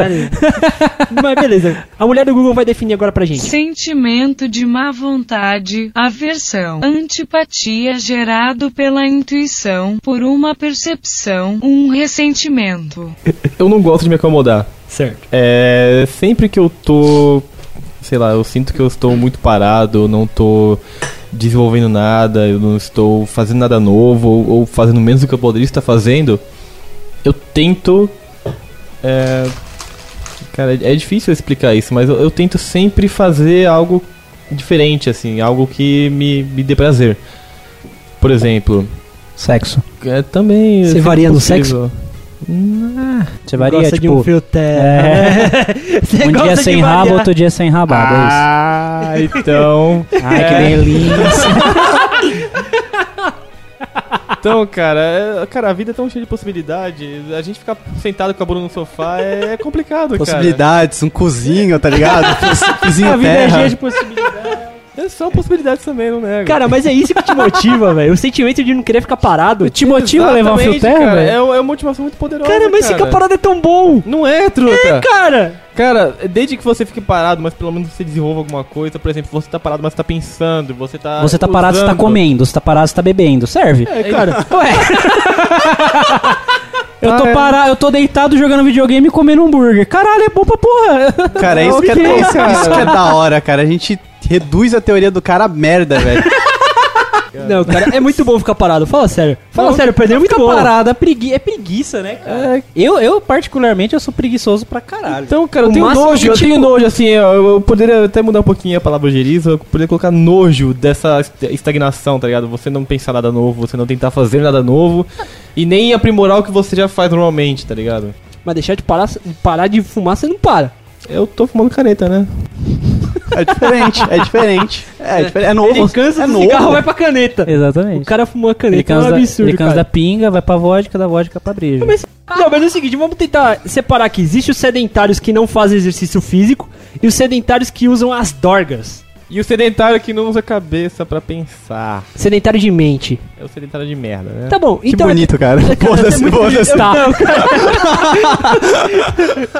D: Mas beleza. A mulher do Google vai definir agora pra gente.
I: Sentimento de má vontade, aversão, antipatia gerado pela intuição, por uma percepção, um ressentimento.
C: Eu não gosto de me acomodar.
D: Certo.
C: É. Sempre que eu tô. Sei lá, eu sinto que eu estou muito parado, eu não tô desenvolvendo nada, eu não estou fazendo nada novo, ou, ou fazendo menos do que eu poderia estar fazendo, eu tento. É. Cara, é é difícil explicar isso, mas eu, eu tento sempre fazer algo diferente, assim, algo que me, me dê prazer. Por exemplo,
A: Sexo.
C: é, também.
D: Você
C: é
D: varia no
C: possível.
A: Você varia,
D: gosta de
A: tipo,
D: um fio terra,
A: é,
D: né? Você
A: um dia
D: gosta de
A: sem rabo,
D: variar.
A: outro dia sem rabada, é isso.
C: Ah, então.
D: Ah.
A: Ai,
D: É.
A: que delícia.
C: Então, cara, é- cara, a vida é tão cheia de possibilidade. A gente ficar sentado com a bunda no sofá é, é complicado, cara.
B: Possibilidades, um cozinho, tá ligado? Pis-
D: A
B: Pisinho
D: vida é
B: terra.
D: cheia de possibilidades.
C: É só possibilidades também, não nego.
D: Cara, mas é isso que te motiva, velho. O sentimento de não querer ficar parado.
A: Te motiva a levar um fio
C: Exatamente,
A: terra,
C: cara.
A: velho?
C: É, uma- é uma motivação muito poderosa.
D: Cara, mas ficar parado é tão bom.
C: Não é, truta.
D: Cara,
C: cara, desde que você fique parado, mas pelo menos você desenvolva alguma coisa. Por exemplo, você tá parado, mas tá pensando. Você tá.
A: Você tá parado, você tá
C: usando.
A: comendo. Você tá parado, você tá bebendo. Serve.
C: É, cara.
A: Eu tô
D: Tá,
C: Ah, é.
A: parado, eu tô deitado jogando videogame e comendo hambúrguer. Caralho, é bom pra porra.
B: Cara, é isso, que
C: Ok,
B: é, isso,
C: cara.
B: isso que é da hora, cara. A gente reduz a teoria do cara a merda, velho.
J: cara.
D: Não, cara, é muito bom ficar parado. Fala sério. Fala
A: Não,
D: sério, perder é muito
A: fica
D: bom. É.
A: parada, pregui é preguiça, né, cara? Eu, eu, particularmente, eu sou preguiçoso pra caralho.
C: Então, cara, eu
A: O
C: tenho
A: máximo
C: nojo,
A: que,
C: eu
A: tipo,
C: tenho nojo, assim, eu, eu
J: poderia até mudar um pouquinho a palavra gerizo, eu poderia colocar nojo dessa est- estagnação, tá ligado? Você não pensar nada novo, você não tentar fazer nada novo e nem aprimorar o que você já faz normalmente, tá ligado?
D: Mas deixar de parar, parar de fumar, você não para.
J: Eu tô fumando caneta, né?
B: É diferente, é diferente. É, é, diferente, é novo.
D: Ele cansa
B: é
D: do
B: novo.
D: cigarro, vai pra caneta. O
A: Exatamente.
D: cara fumou a
A: Ele
D: caneta, é
A: cansa,
D: um
A: da-
D: absurdo,
A: ele cansa
D: cara.
A: da pinga, vai pra vodka, da vodka pra breja.
D: Mas- Não, mas é o seguinte, vamos tentar separar aqui. Existem os sedentários que não fazem exercício físico e os sedentários que usam as dorgas.
J: E o sedentário que não usa cabeça pra pensar.
D: Sedentário de mente.
J: É o sedentário de merda, né?
D: Tá bom,
B: Que
D: então.
B: bonito, cara. Foda-se, foda-se.
D: Tá.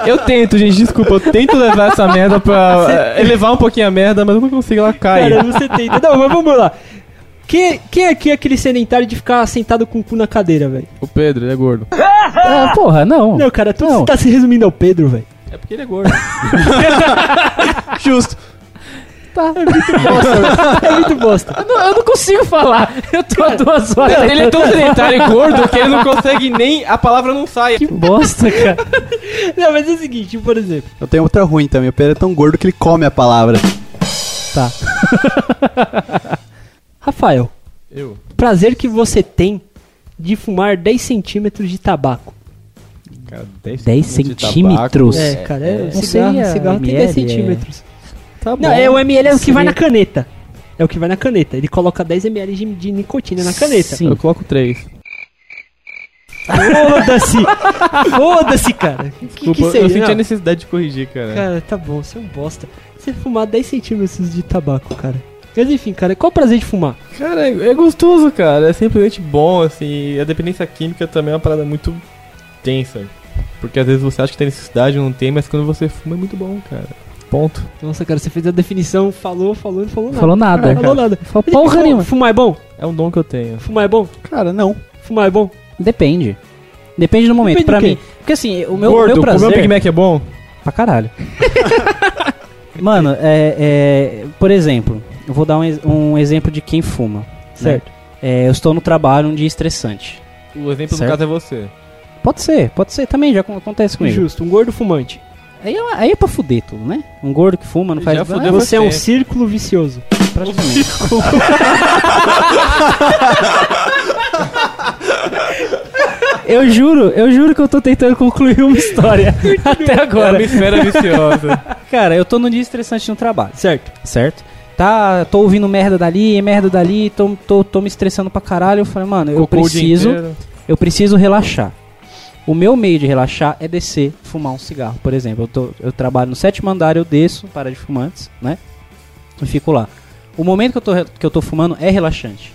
C: Eu tento, gente, desculpa, eu tento levar essa merda
J: é,
C: pra eh, elevar um pouquinho a merda, mas eu não consigo, ela cai.
D: Cara, você tenta. Não, mas vamos lá. Quem, quem aqui é aquele sedentário de ficar sentado com o cu na cadeira, velho?
C: O Pedro, ele é gordo.
A: Ah, porra, não.
D: Não, cara, tudo
A: Não.
D: você tá se resumindo ao Pedro, velho.
C: É porque ele é gordo.
B: Justo.
D: É muito bosta.
C: não, eu não consigo falar. Eu tô há duas horas. ele é tão sedentário e gordo que ele não consegue nem. A palavra não sai.
A: Que bosta, cara.
D: Não, mas é o seguinte, por exemplo.
B: Eu tenho outra ruim também. O Pedro é tão gordo que ele come a palavra.
D: Tá. Rafael,
J: Eu.
D: prazer que você tem de fumar 10 centímetros de tabaco.
J: Cara,
A: 10 centímetros?
J: De
D: É,
J: tabaco,
D: cara, é,
A: é,
D: cigarro,
A: não sei,
D: cigarro tem
A: ML,
D: 10
A: é.
D: centímetros.
A: Tá
D: Não, é o ML é o que
A: Sim.
D: vai na caneta. É o que vai na caneta. Ele coloca 10 ml de, de nicotina na caneta.
A: Sim.
C: Eu coloco três.
D: Foda-se! Foda-se, cara. Que- Que,
J: Desculpa, eu
D: seria?
J: senti a
D: Não,
J: necessidade de corrigir, cara.
D: Cara, tá bom, você é um bosta. Você fumar 10 centímetros de tabaco, cara. Mas enfim, cara, qual o prazer de fumar?
C: Cara, é é gostoso, cara. É simplesmente bom, assim. A dependência química também é uma parada muito tensa. Porque às vezes você acha que tem necessidade, não tem, mas quando você fuma é muito bom, cara. Ponto.
D: Nossa, cara, você fez a definição, falou, falou, não falou nada.
A: Falou nada.
D: Não falou nada.
A: Falou
D: Mas,
A: porra
D: pô,
A: nenhuma.
D: Fumar é bom?
C: É um dom que eu tenho.
D: Fumar é bom?
B: Cara, não.
D: Fumar é bom?
A: Depende. Depende do momento.
D: Depende do
A: pra
D: quê?
A: mim. Porque assim, o meu,
C: Gordo,
A: meu prazer.
C: comer um Big Mac é bom?
A: Pra caralho. Mano, é, é, por exemplo, eu vou dar um, ex- um exemplo de quem fuma. né?
D: Certo.
A: É, eu estou no trabalho um dia estressante.
C: O exemplo
A: Certo.
C: do caso é você.
A: Pode ser, pode ser também, já acon- acontece comigo.
D: Justo, um gordo fumante.
A: Aí, é- aí é pra fuder tudo, né? Um gordo que fuma, não
C: Já
A: faz
C: fudeu
A: Ah,
D: Você é um
C: você.
D: círculo vicioso.
A: praticamente. Eu juro, eu juro que eu tô tentando concluir uma história até
C: É uma
A: agora.
C: esfera viciosa.
A: Cara, eu tô num dia estressante no trabalho.
D: Certo.
A: certo? Tá, tô ouvindo merda dali, merda dali, tô, tô, tô me estressando pra caralho. Eu falei, mano, eu
C: Cocô o dia
A: preciso,
C: inteiro.
A: eu preciso relaxar. O meu meio de relaxar é descer, fumar um cigarro, por exemplo. Eu, tô, eu trabalho no sétimo andar, eu desço, para de fumantes, né? E fico lá. O momento que eu tô, re- que eu tô fumando é relaxante.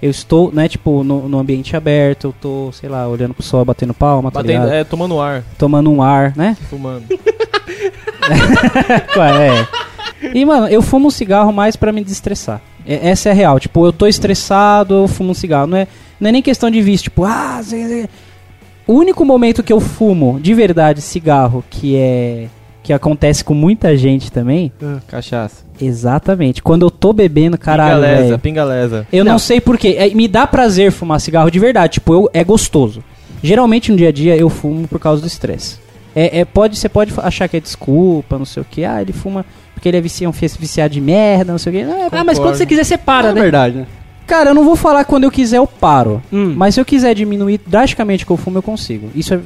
A: Eu estou, né, tipo, no, no ambiente aberto, eu tô, sei lá, olhando pro sol, batendo palma, tá
C: Batendo,
A: ligado?
C: é, tomando ar,
A: Tomando um ar, né?
C: fumando.
A: Ué, é. E, mano, eu fumo um cigarro mais pra me desestressar. É- essa é a real. Tipo, eu tô estressado, eu fumo um cigarro. Não é, não é nem questão de vício. Tipo, ah... zê, zê. O único momento que eu fumo, de verdade, cigarro, que é... Que acontece com muita gente também.
C: Cachaça.
A: Exatamente. Quando eu tô bebendo, caralho,
C: pingalesa,
A: velho.
C: pingalesa.
A: Eu não,
D: Não.
A: sei porquê. me dá prazer fumar cigarro de verdade. Tipo, eu, é gostoso. Geralmente no dia a dia eu fumo por causa do estresse. É, é, pode, você pode achar que é desculpa, não sei o que. Ah, ele fuma porque ele é viciado, viciado de merda, não sei o que.
D: Ah, mas quando você quiser, você para,
B: é
D: né?
B: verdade, né?
A: Cara, eu não vou falar que quando eu quiser eu paro.
D: Hum.
A: Mas se eu quiser diminuir drasticamente o que eu fumo, eu consigo. Isso é,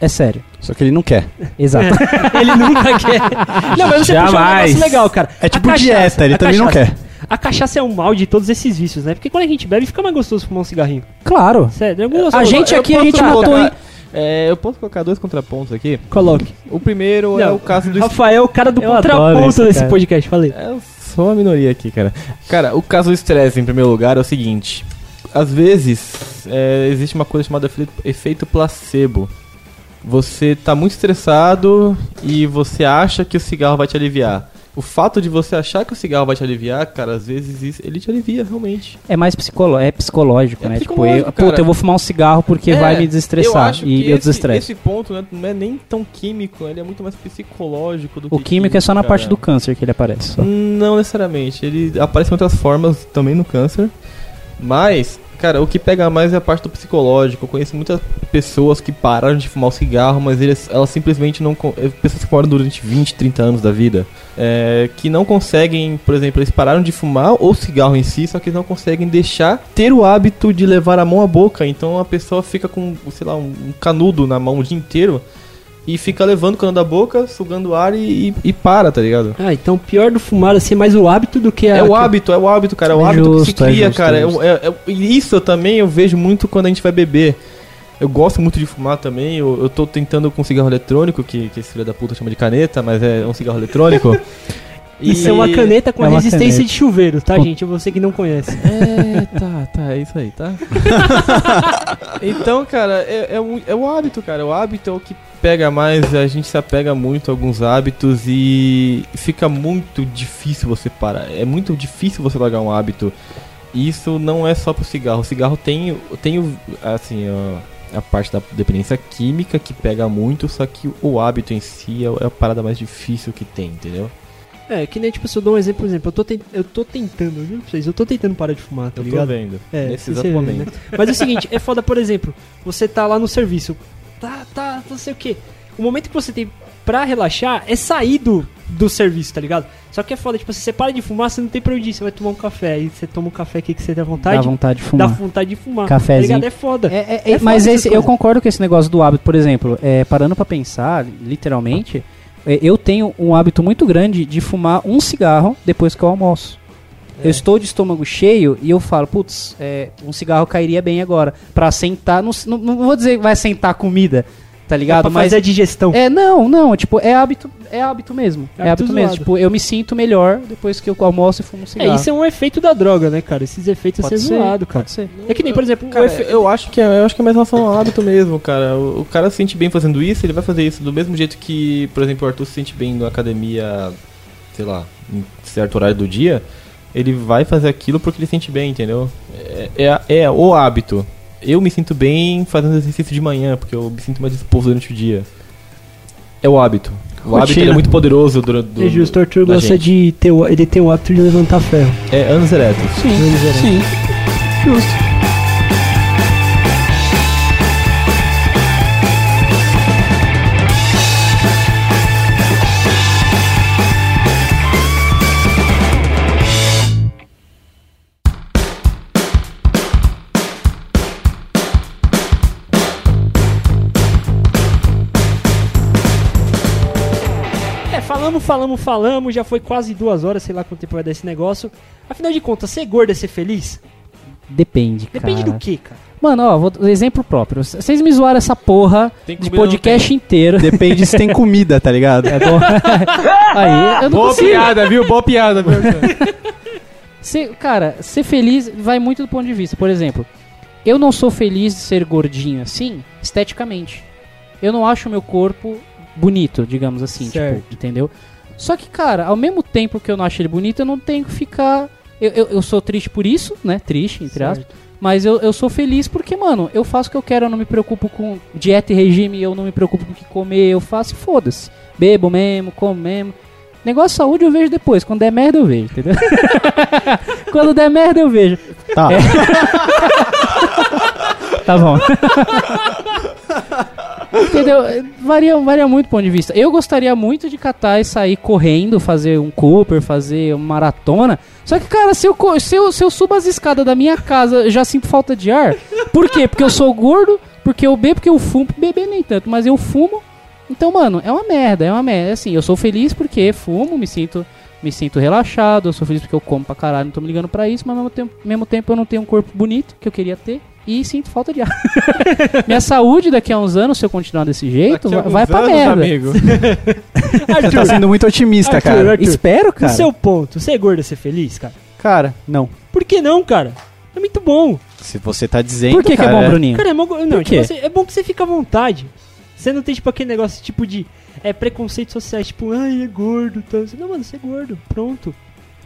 A: é sério.
B: Só que ele não quer.
A: Exato.
D: Ele nunca quer. Não, mas você puxou um
C: Jamais.
D: negócio legal, cara.
B: É
D: A
B: tipo
D: cachaça,
B: dieta, ele
D: a
B: também não
D: cachaça. A cachaça é um mal de todos esses vícios, né? Porque quando a gente bebe, fica mais gostoso fumar um cigarrinho.
C: É.
A: claro.
D: Sério,
A: A gente
C: Eu
A: aqui, a
C: posso
A: gente
C: colocar-
A: matou, hein?
C: É, eu posso colocar dois contrapontos aqui.
D: Coloque.
C: O primeiro é
D: Não.
C: o caso
A: Ah,
C: do
D: Rafael, o cara do
A: Eu adoro esse
D: contraponto desse
A: cara.
D: podcast, falei.
C: É só uma minoria aqui, cara. Cara, o caso do estresse, em primeiro lugar, é o seguinte. Às vezes, é, existe uma coisa chamada efeito- efeito placebo. Você tá muito estressado e você acha que o cigarro vai te aliviar. O fato de você achar que o cigarro vai te aliviar, cara, às vezes isso- ele te alivia, realmente.
A: É mais psicolo é psicológico,
C: É
A: né?
C: psicológico,
A: tipo, eu, puta,
C: cara.
A: eu vou fumar um cigarro porque
C: É,
A: vai me desestressar. E
C: acho que
A: eu
C: esse-
A: desestresso.
C: Esse ponto né, não é nem tão químico, ele é muito mais psicológico do
A: O
C: que
A: químico é só na
C: cara.
A: parte do câncer que ele aparece. só.
C: Não necessariamente. Ele aparece em outras formas também no câncer. Mas, cara, o que pega mais é a parte do psicológico. Eu conheço muitas pessoas que pararam de fumar o cigarro, mas eles, elas simplesmente não. con- eh, Pessoas que moram durante 20, 30 anos da vida. eh, que não conseguem, por exemplo, eles pararam de fumar ou cigarro em si, só que eles não conseguem deixar ter o hábito de levar a mão à boca. Então a pessoa fica com, sei lá, um um canudo na mão o dia inteiro. E fica levando o canudo da boca, sugando ar e- e- e para, tá ligado?
D: Ah, então pior do fumar assim é mais o hábito do que a.
C: É o hábito, é o hábito, cara. É o
A: É
C: hábito que se
A: justo, é
C: cria,
A: justo,
C: cara.
A: é justo.
C: É- é- é- isso eu também eu vejo muito quando a gente vai beber. Eu gosto muito de fumar também. Eu, eu tô tentando com um cigarro eletrônico, que, que esse filho da puta chama de caneta, mas é um cigarro eletrônico.
D: Isso é uma caneta com
A: É
D: a
A: uma
D: resistência
A: caneta.
D: de chuveiro, tá, gente? Você que não conhece.
C: É, tá, tá, é isso aí, tá? então, cara, é, é, um- é o hábito, cara. O hábito é o que pega mais, a gente se apega muito a alguns hábitos e fica muito difícil você parar. É muito difícil você largar um hábito. E isso não é só pro cigarro. O cigarro tem, tem o- assim, a, a parte da dependência química que pega muito, só que o hábito em si é, é a parada mais difícil que tem, entendeu?
D: É, que nem tipo, se eu dou um exemplo, por exemplo, eu tô, ten- eu tô tentando, eu juro pra vocês, eu tô tentando parar de fumar, tá
C: Eu tô
D: ligado?
C: vendo.
D: É,
C: nesse
D: você
C: exato
D: vê, né?
C: momento.
D: Mas é o seguinte, é foda, por exemplo, você tá lá no serviço, tá, tá, não sei o que. O momento que você tem pra relaxar é sair do, do serviço, tá ligado? Só que é foda, tipo, se você para de fumar, você não tem pra onde ir, você vai tomar um café, aí você toma um café aqui que você tem vontade,
A: Dá vontade de fumar.
D: dá vontade de fumar,
A: Cafezinho.
D: tá ligado? É foda.
A: É, é,
D: É
A: é, mas
D: foda essas
A: esse- eu
D: coisas.
A: concordo com esse negócio do hábito, por exemplo, é, parando pra pensar, literalmente, é, eu tenho um hábito muito grande de fumar um cigarro depois que eu almoço.
D: É.
A: Eu estou de estômago cheio e eu falo, putz, é, um cigarro cairia bem agora. Pra sentar, não, s- não- não vou dizer que vai sentar a comida, tá ligado?
D: É pra fazer a digestão.
A: É, não, não, tipo, é hábito, é hábito mesmo. É
D: Hábito
A: hábito mesmo.
D: zoado.
A: Tipo, eu me sinto melhor depois que eu almoço e fumo um
D: É,
A: cigarro.
D: isso é um efeito da droga, né, cara? Esses efeitos
A: Pode
D: são
A: ser,
D: zoados, cara.
A: Pode ser.
D: É que nem, por exemplo, o
C: Cara,
D: efe-
C: eu acho que é, eu acho que é mais relação ao hábito mesmo, cara. O, o cara se sente bem fazendo isso, ele vai fazer isso do mesmo jeito que, por exemplo, o Arthur se sente bem na academia, sei lá, em certo horário do dia, ele vai fazer aquilo porque ele se sente bem, entendeu? É, é, é o hábito. Eu me sinto bem fazendo exercício de manhã, porque eu me sinto mais disposto durante o dia. É o hábito. O hábito ele é muito poderoso durante do,
D: é justo, o Arthur
C: da
D: gosta
C: gente.
D: de ter o, ele tem o hábito de levantar ferro.
C: É anos eretos.
A: Sim. Justo.
D: É, falamos, falamos, falamos, já foi quase duas horas, sei lá quanto tempo vai dar esse negócio. Afinal de contas, ser gordo é ser feliz?
A: Depende, cara.
D: Depende do que, cara?
A: Mano, ó, vou, exemplo próprio. C- Vocês me zoaram essa porra
C: Tem
A: de
C: comida ou não
A: podcast inteiro.
B: Depende se tem comida, tá ligado?
A: É bom. Aí, eu não
C: Boa
A: consigo.
C: piada, viu? Boa piada, viu?
A: Ser- cara, ser feliz vai muito do ponto de vista. Por exemplo, eu não sou feliz de ser gordinho assim, esteticamente. Eu não acho meu corpo bonito, digamos assim, tipo,
D: Certo.
A: entendeu? Só que, cara, ao mesmo tempo que eu não acho ele bonito, eu não tenho que ficar. Eu, eu, eu sou triste por isso, né? Triste, entre aspas. Mas eu, eu sou feliz porque, mano, eu faço o que eu quero, eu não me preocupo com dieta e regime, eu não me preocupo com o que comer, eu faço e foda-se. Bebo mesmo, como mesmo. Negócio de saúde eu vejo depois, quando der merda eu vejo, entendeu? quando der merda eu vejo. É.
B: Tá.
A: Tá bom. Entendeu? Varia, varia muito o ponto de vista. Eu gostaria muito de catar e sair correndo, fazer um Cooper, fazer uma maratona. Só que, cara, se eu, co- se eu, se eu subo as escadas da minha casa, eu já sinto falta de ar. Por quê? Porque eu sou gordo, porque eu bebo, porque eu fumo. Beber nem tanto, mas eu fumo. Então, mano, é uma merda, é uma merda. Assim, eu sou feliz porque fumo, me sinto me sinto relaxado, eu sou feliz porque eu como pra caralho, não tô me ligando pra isso, mas ao mesmo tempo, mesmo tempo eu não tenho um corpo bonito que eu queria ter e sinto falta de ar. Minha saúde daqui a uns anos, se eu continuar desse jeito, vai, vai pra merda.
C: Amigo.
B: Você tá sendo muito otimista,
D: Arthur,
B: cara.
D: Arthur.
B: Espero,
D: No
B: cara.
D: Ah, seu ponto, ser gordo é ser feliz, cara?
B: Cara, não.
D: Por que não, cara? É muito bom.
B: Se você tá dizendo.
A: Por que, que é
B: cara,
A: bom, Bruninho?
D: Cara, é, mó go- não,
A: Por quê?
D: tipo, você- é bom que você fica à vontade. Você não tem, tipo, aquele negócio, tipo, de é, preconceitos sociais, tipo, ai, é gordo, tal. Você, Não, mano, você é gordo, pronto.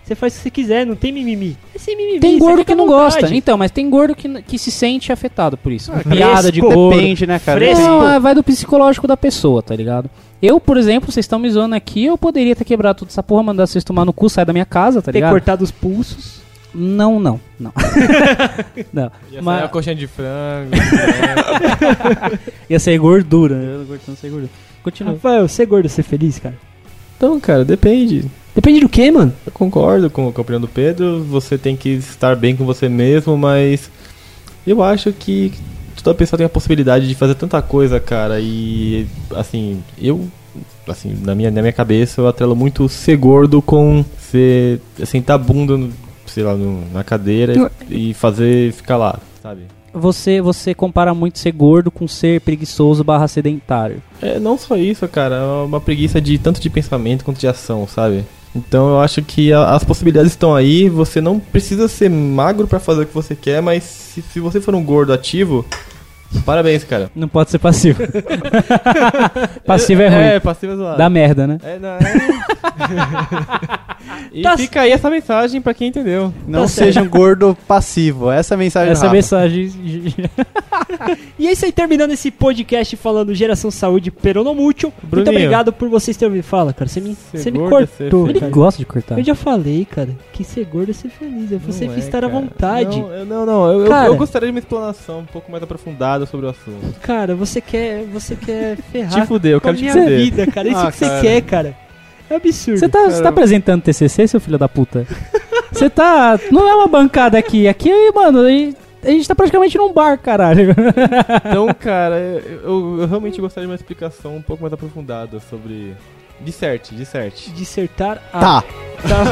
D: Você faz o que você quiser, não tem mimimi. É sem mimimi,
A: Tem
D: você
A: gordo
D: fica
A: que
D: à
A: não
D: vontade. Ah,
A: gosta. Então, mas tem gordo que, que se sente afetado por isso. Piada de gordo.
B: Depende, né, cara?
D: Fresco.
A: Não, é, vai do psicológico da pessoa, tá ligado? Eu, por exemplo, vocês estão me zoando aqui, eu poderia ter quebrado tudo essa porra, mandar vocês tomar no cu, sair da minha casa, tá
D: Ter
A: ligado?
D: cortado os pulsos.
A: Não, não, não. não.
C: Ia
A: mas-
C: sair uma coxinha de frango.
A: Ia sair gordura. Eu não gosto de não ser gordura. Continua.
D: Rafael, ser gordo, é ser feliz, cara.
C: então, cara, depende.
D: Depende do que, mano?
C: Eu concordo com, com a opinião do Pedro. Você tem que estar bem com você mesmo, mas eu acho que toda pessoa tem a possibilidade de fazer tanta coisa, cara. E assim, eu assim, na minha na minha cabeça eu atrelo muito ser gordo com ser sentar a bunda, no- sei lá, no- na cadeira e, e fazer ficar lá, sabe?
A: Você, você compara muito ser gordo com ser preguiçoso barra sedentário.
C: É, não só isso, cara. É uma preguiça de tanto de pensamento quanto de ação, sabe? Então eu acho que a- as possibilidades estão aí. Você não precisa ser magro pra fazer o que você quer, mas se, se você for um gordo ativo, parabéns, cara.
A: Não pode ser passivo. passivo é ruim.
C: É, passivo é zoado.
A: Dá merda, né?
C: É, não, é. e
D: Tá c-
C: fica aí essa mensagem pra quem entendeu.
K: Não seja um gordo passivo. Essa é a mensagem
A: Essa
K: do Rafa.
A: mensagem.
D: E é isso aí, terminando esse podcast falando Geração Saúde Peronomútil. Muito
C: Bruninho.
D: obrigado por vocês terem ouvido. Fala, cara, você me,
C: Ser
D: você me
C: gordo é ser
D: cortou.
C: feliz.
D: cara.
A: Ele gosta de cortar.
D: Eu já falei, cara, que ser gordo é ser feliz. É você
C: Não é,
D: estar à
C: cara.
D: vontade.
C: Não, eu- não, não. Eu, eu-
D: Cara.
C: eu gostaria de uma explanação um pouco mais aprofundada sobre o assunto.
D: Cara, você quer, você quer ferrar
C: Te fuder, eu
D: com a
C: quero te
D: Ah, minha
C: fuder.
D: vida, cara. É isso
C: Ah,
D: que você
C: cara.
D: quer, cara. É um absurdo.
A: Você tá, você tá apresentando TCC, seu filho da puta? Você tá. Não é uma bancada aqui. Aqui, mano, a gente- a gente tá praticamente num bar, caralho.
C: Então, cara, eu, eu- eu realmente gostaria de uma explicação um pouco mais aprofundada sobre.
B: Tá.
C: Disserte, disserte.
D: Dissertar a
K: Tá.
D: Tá.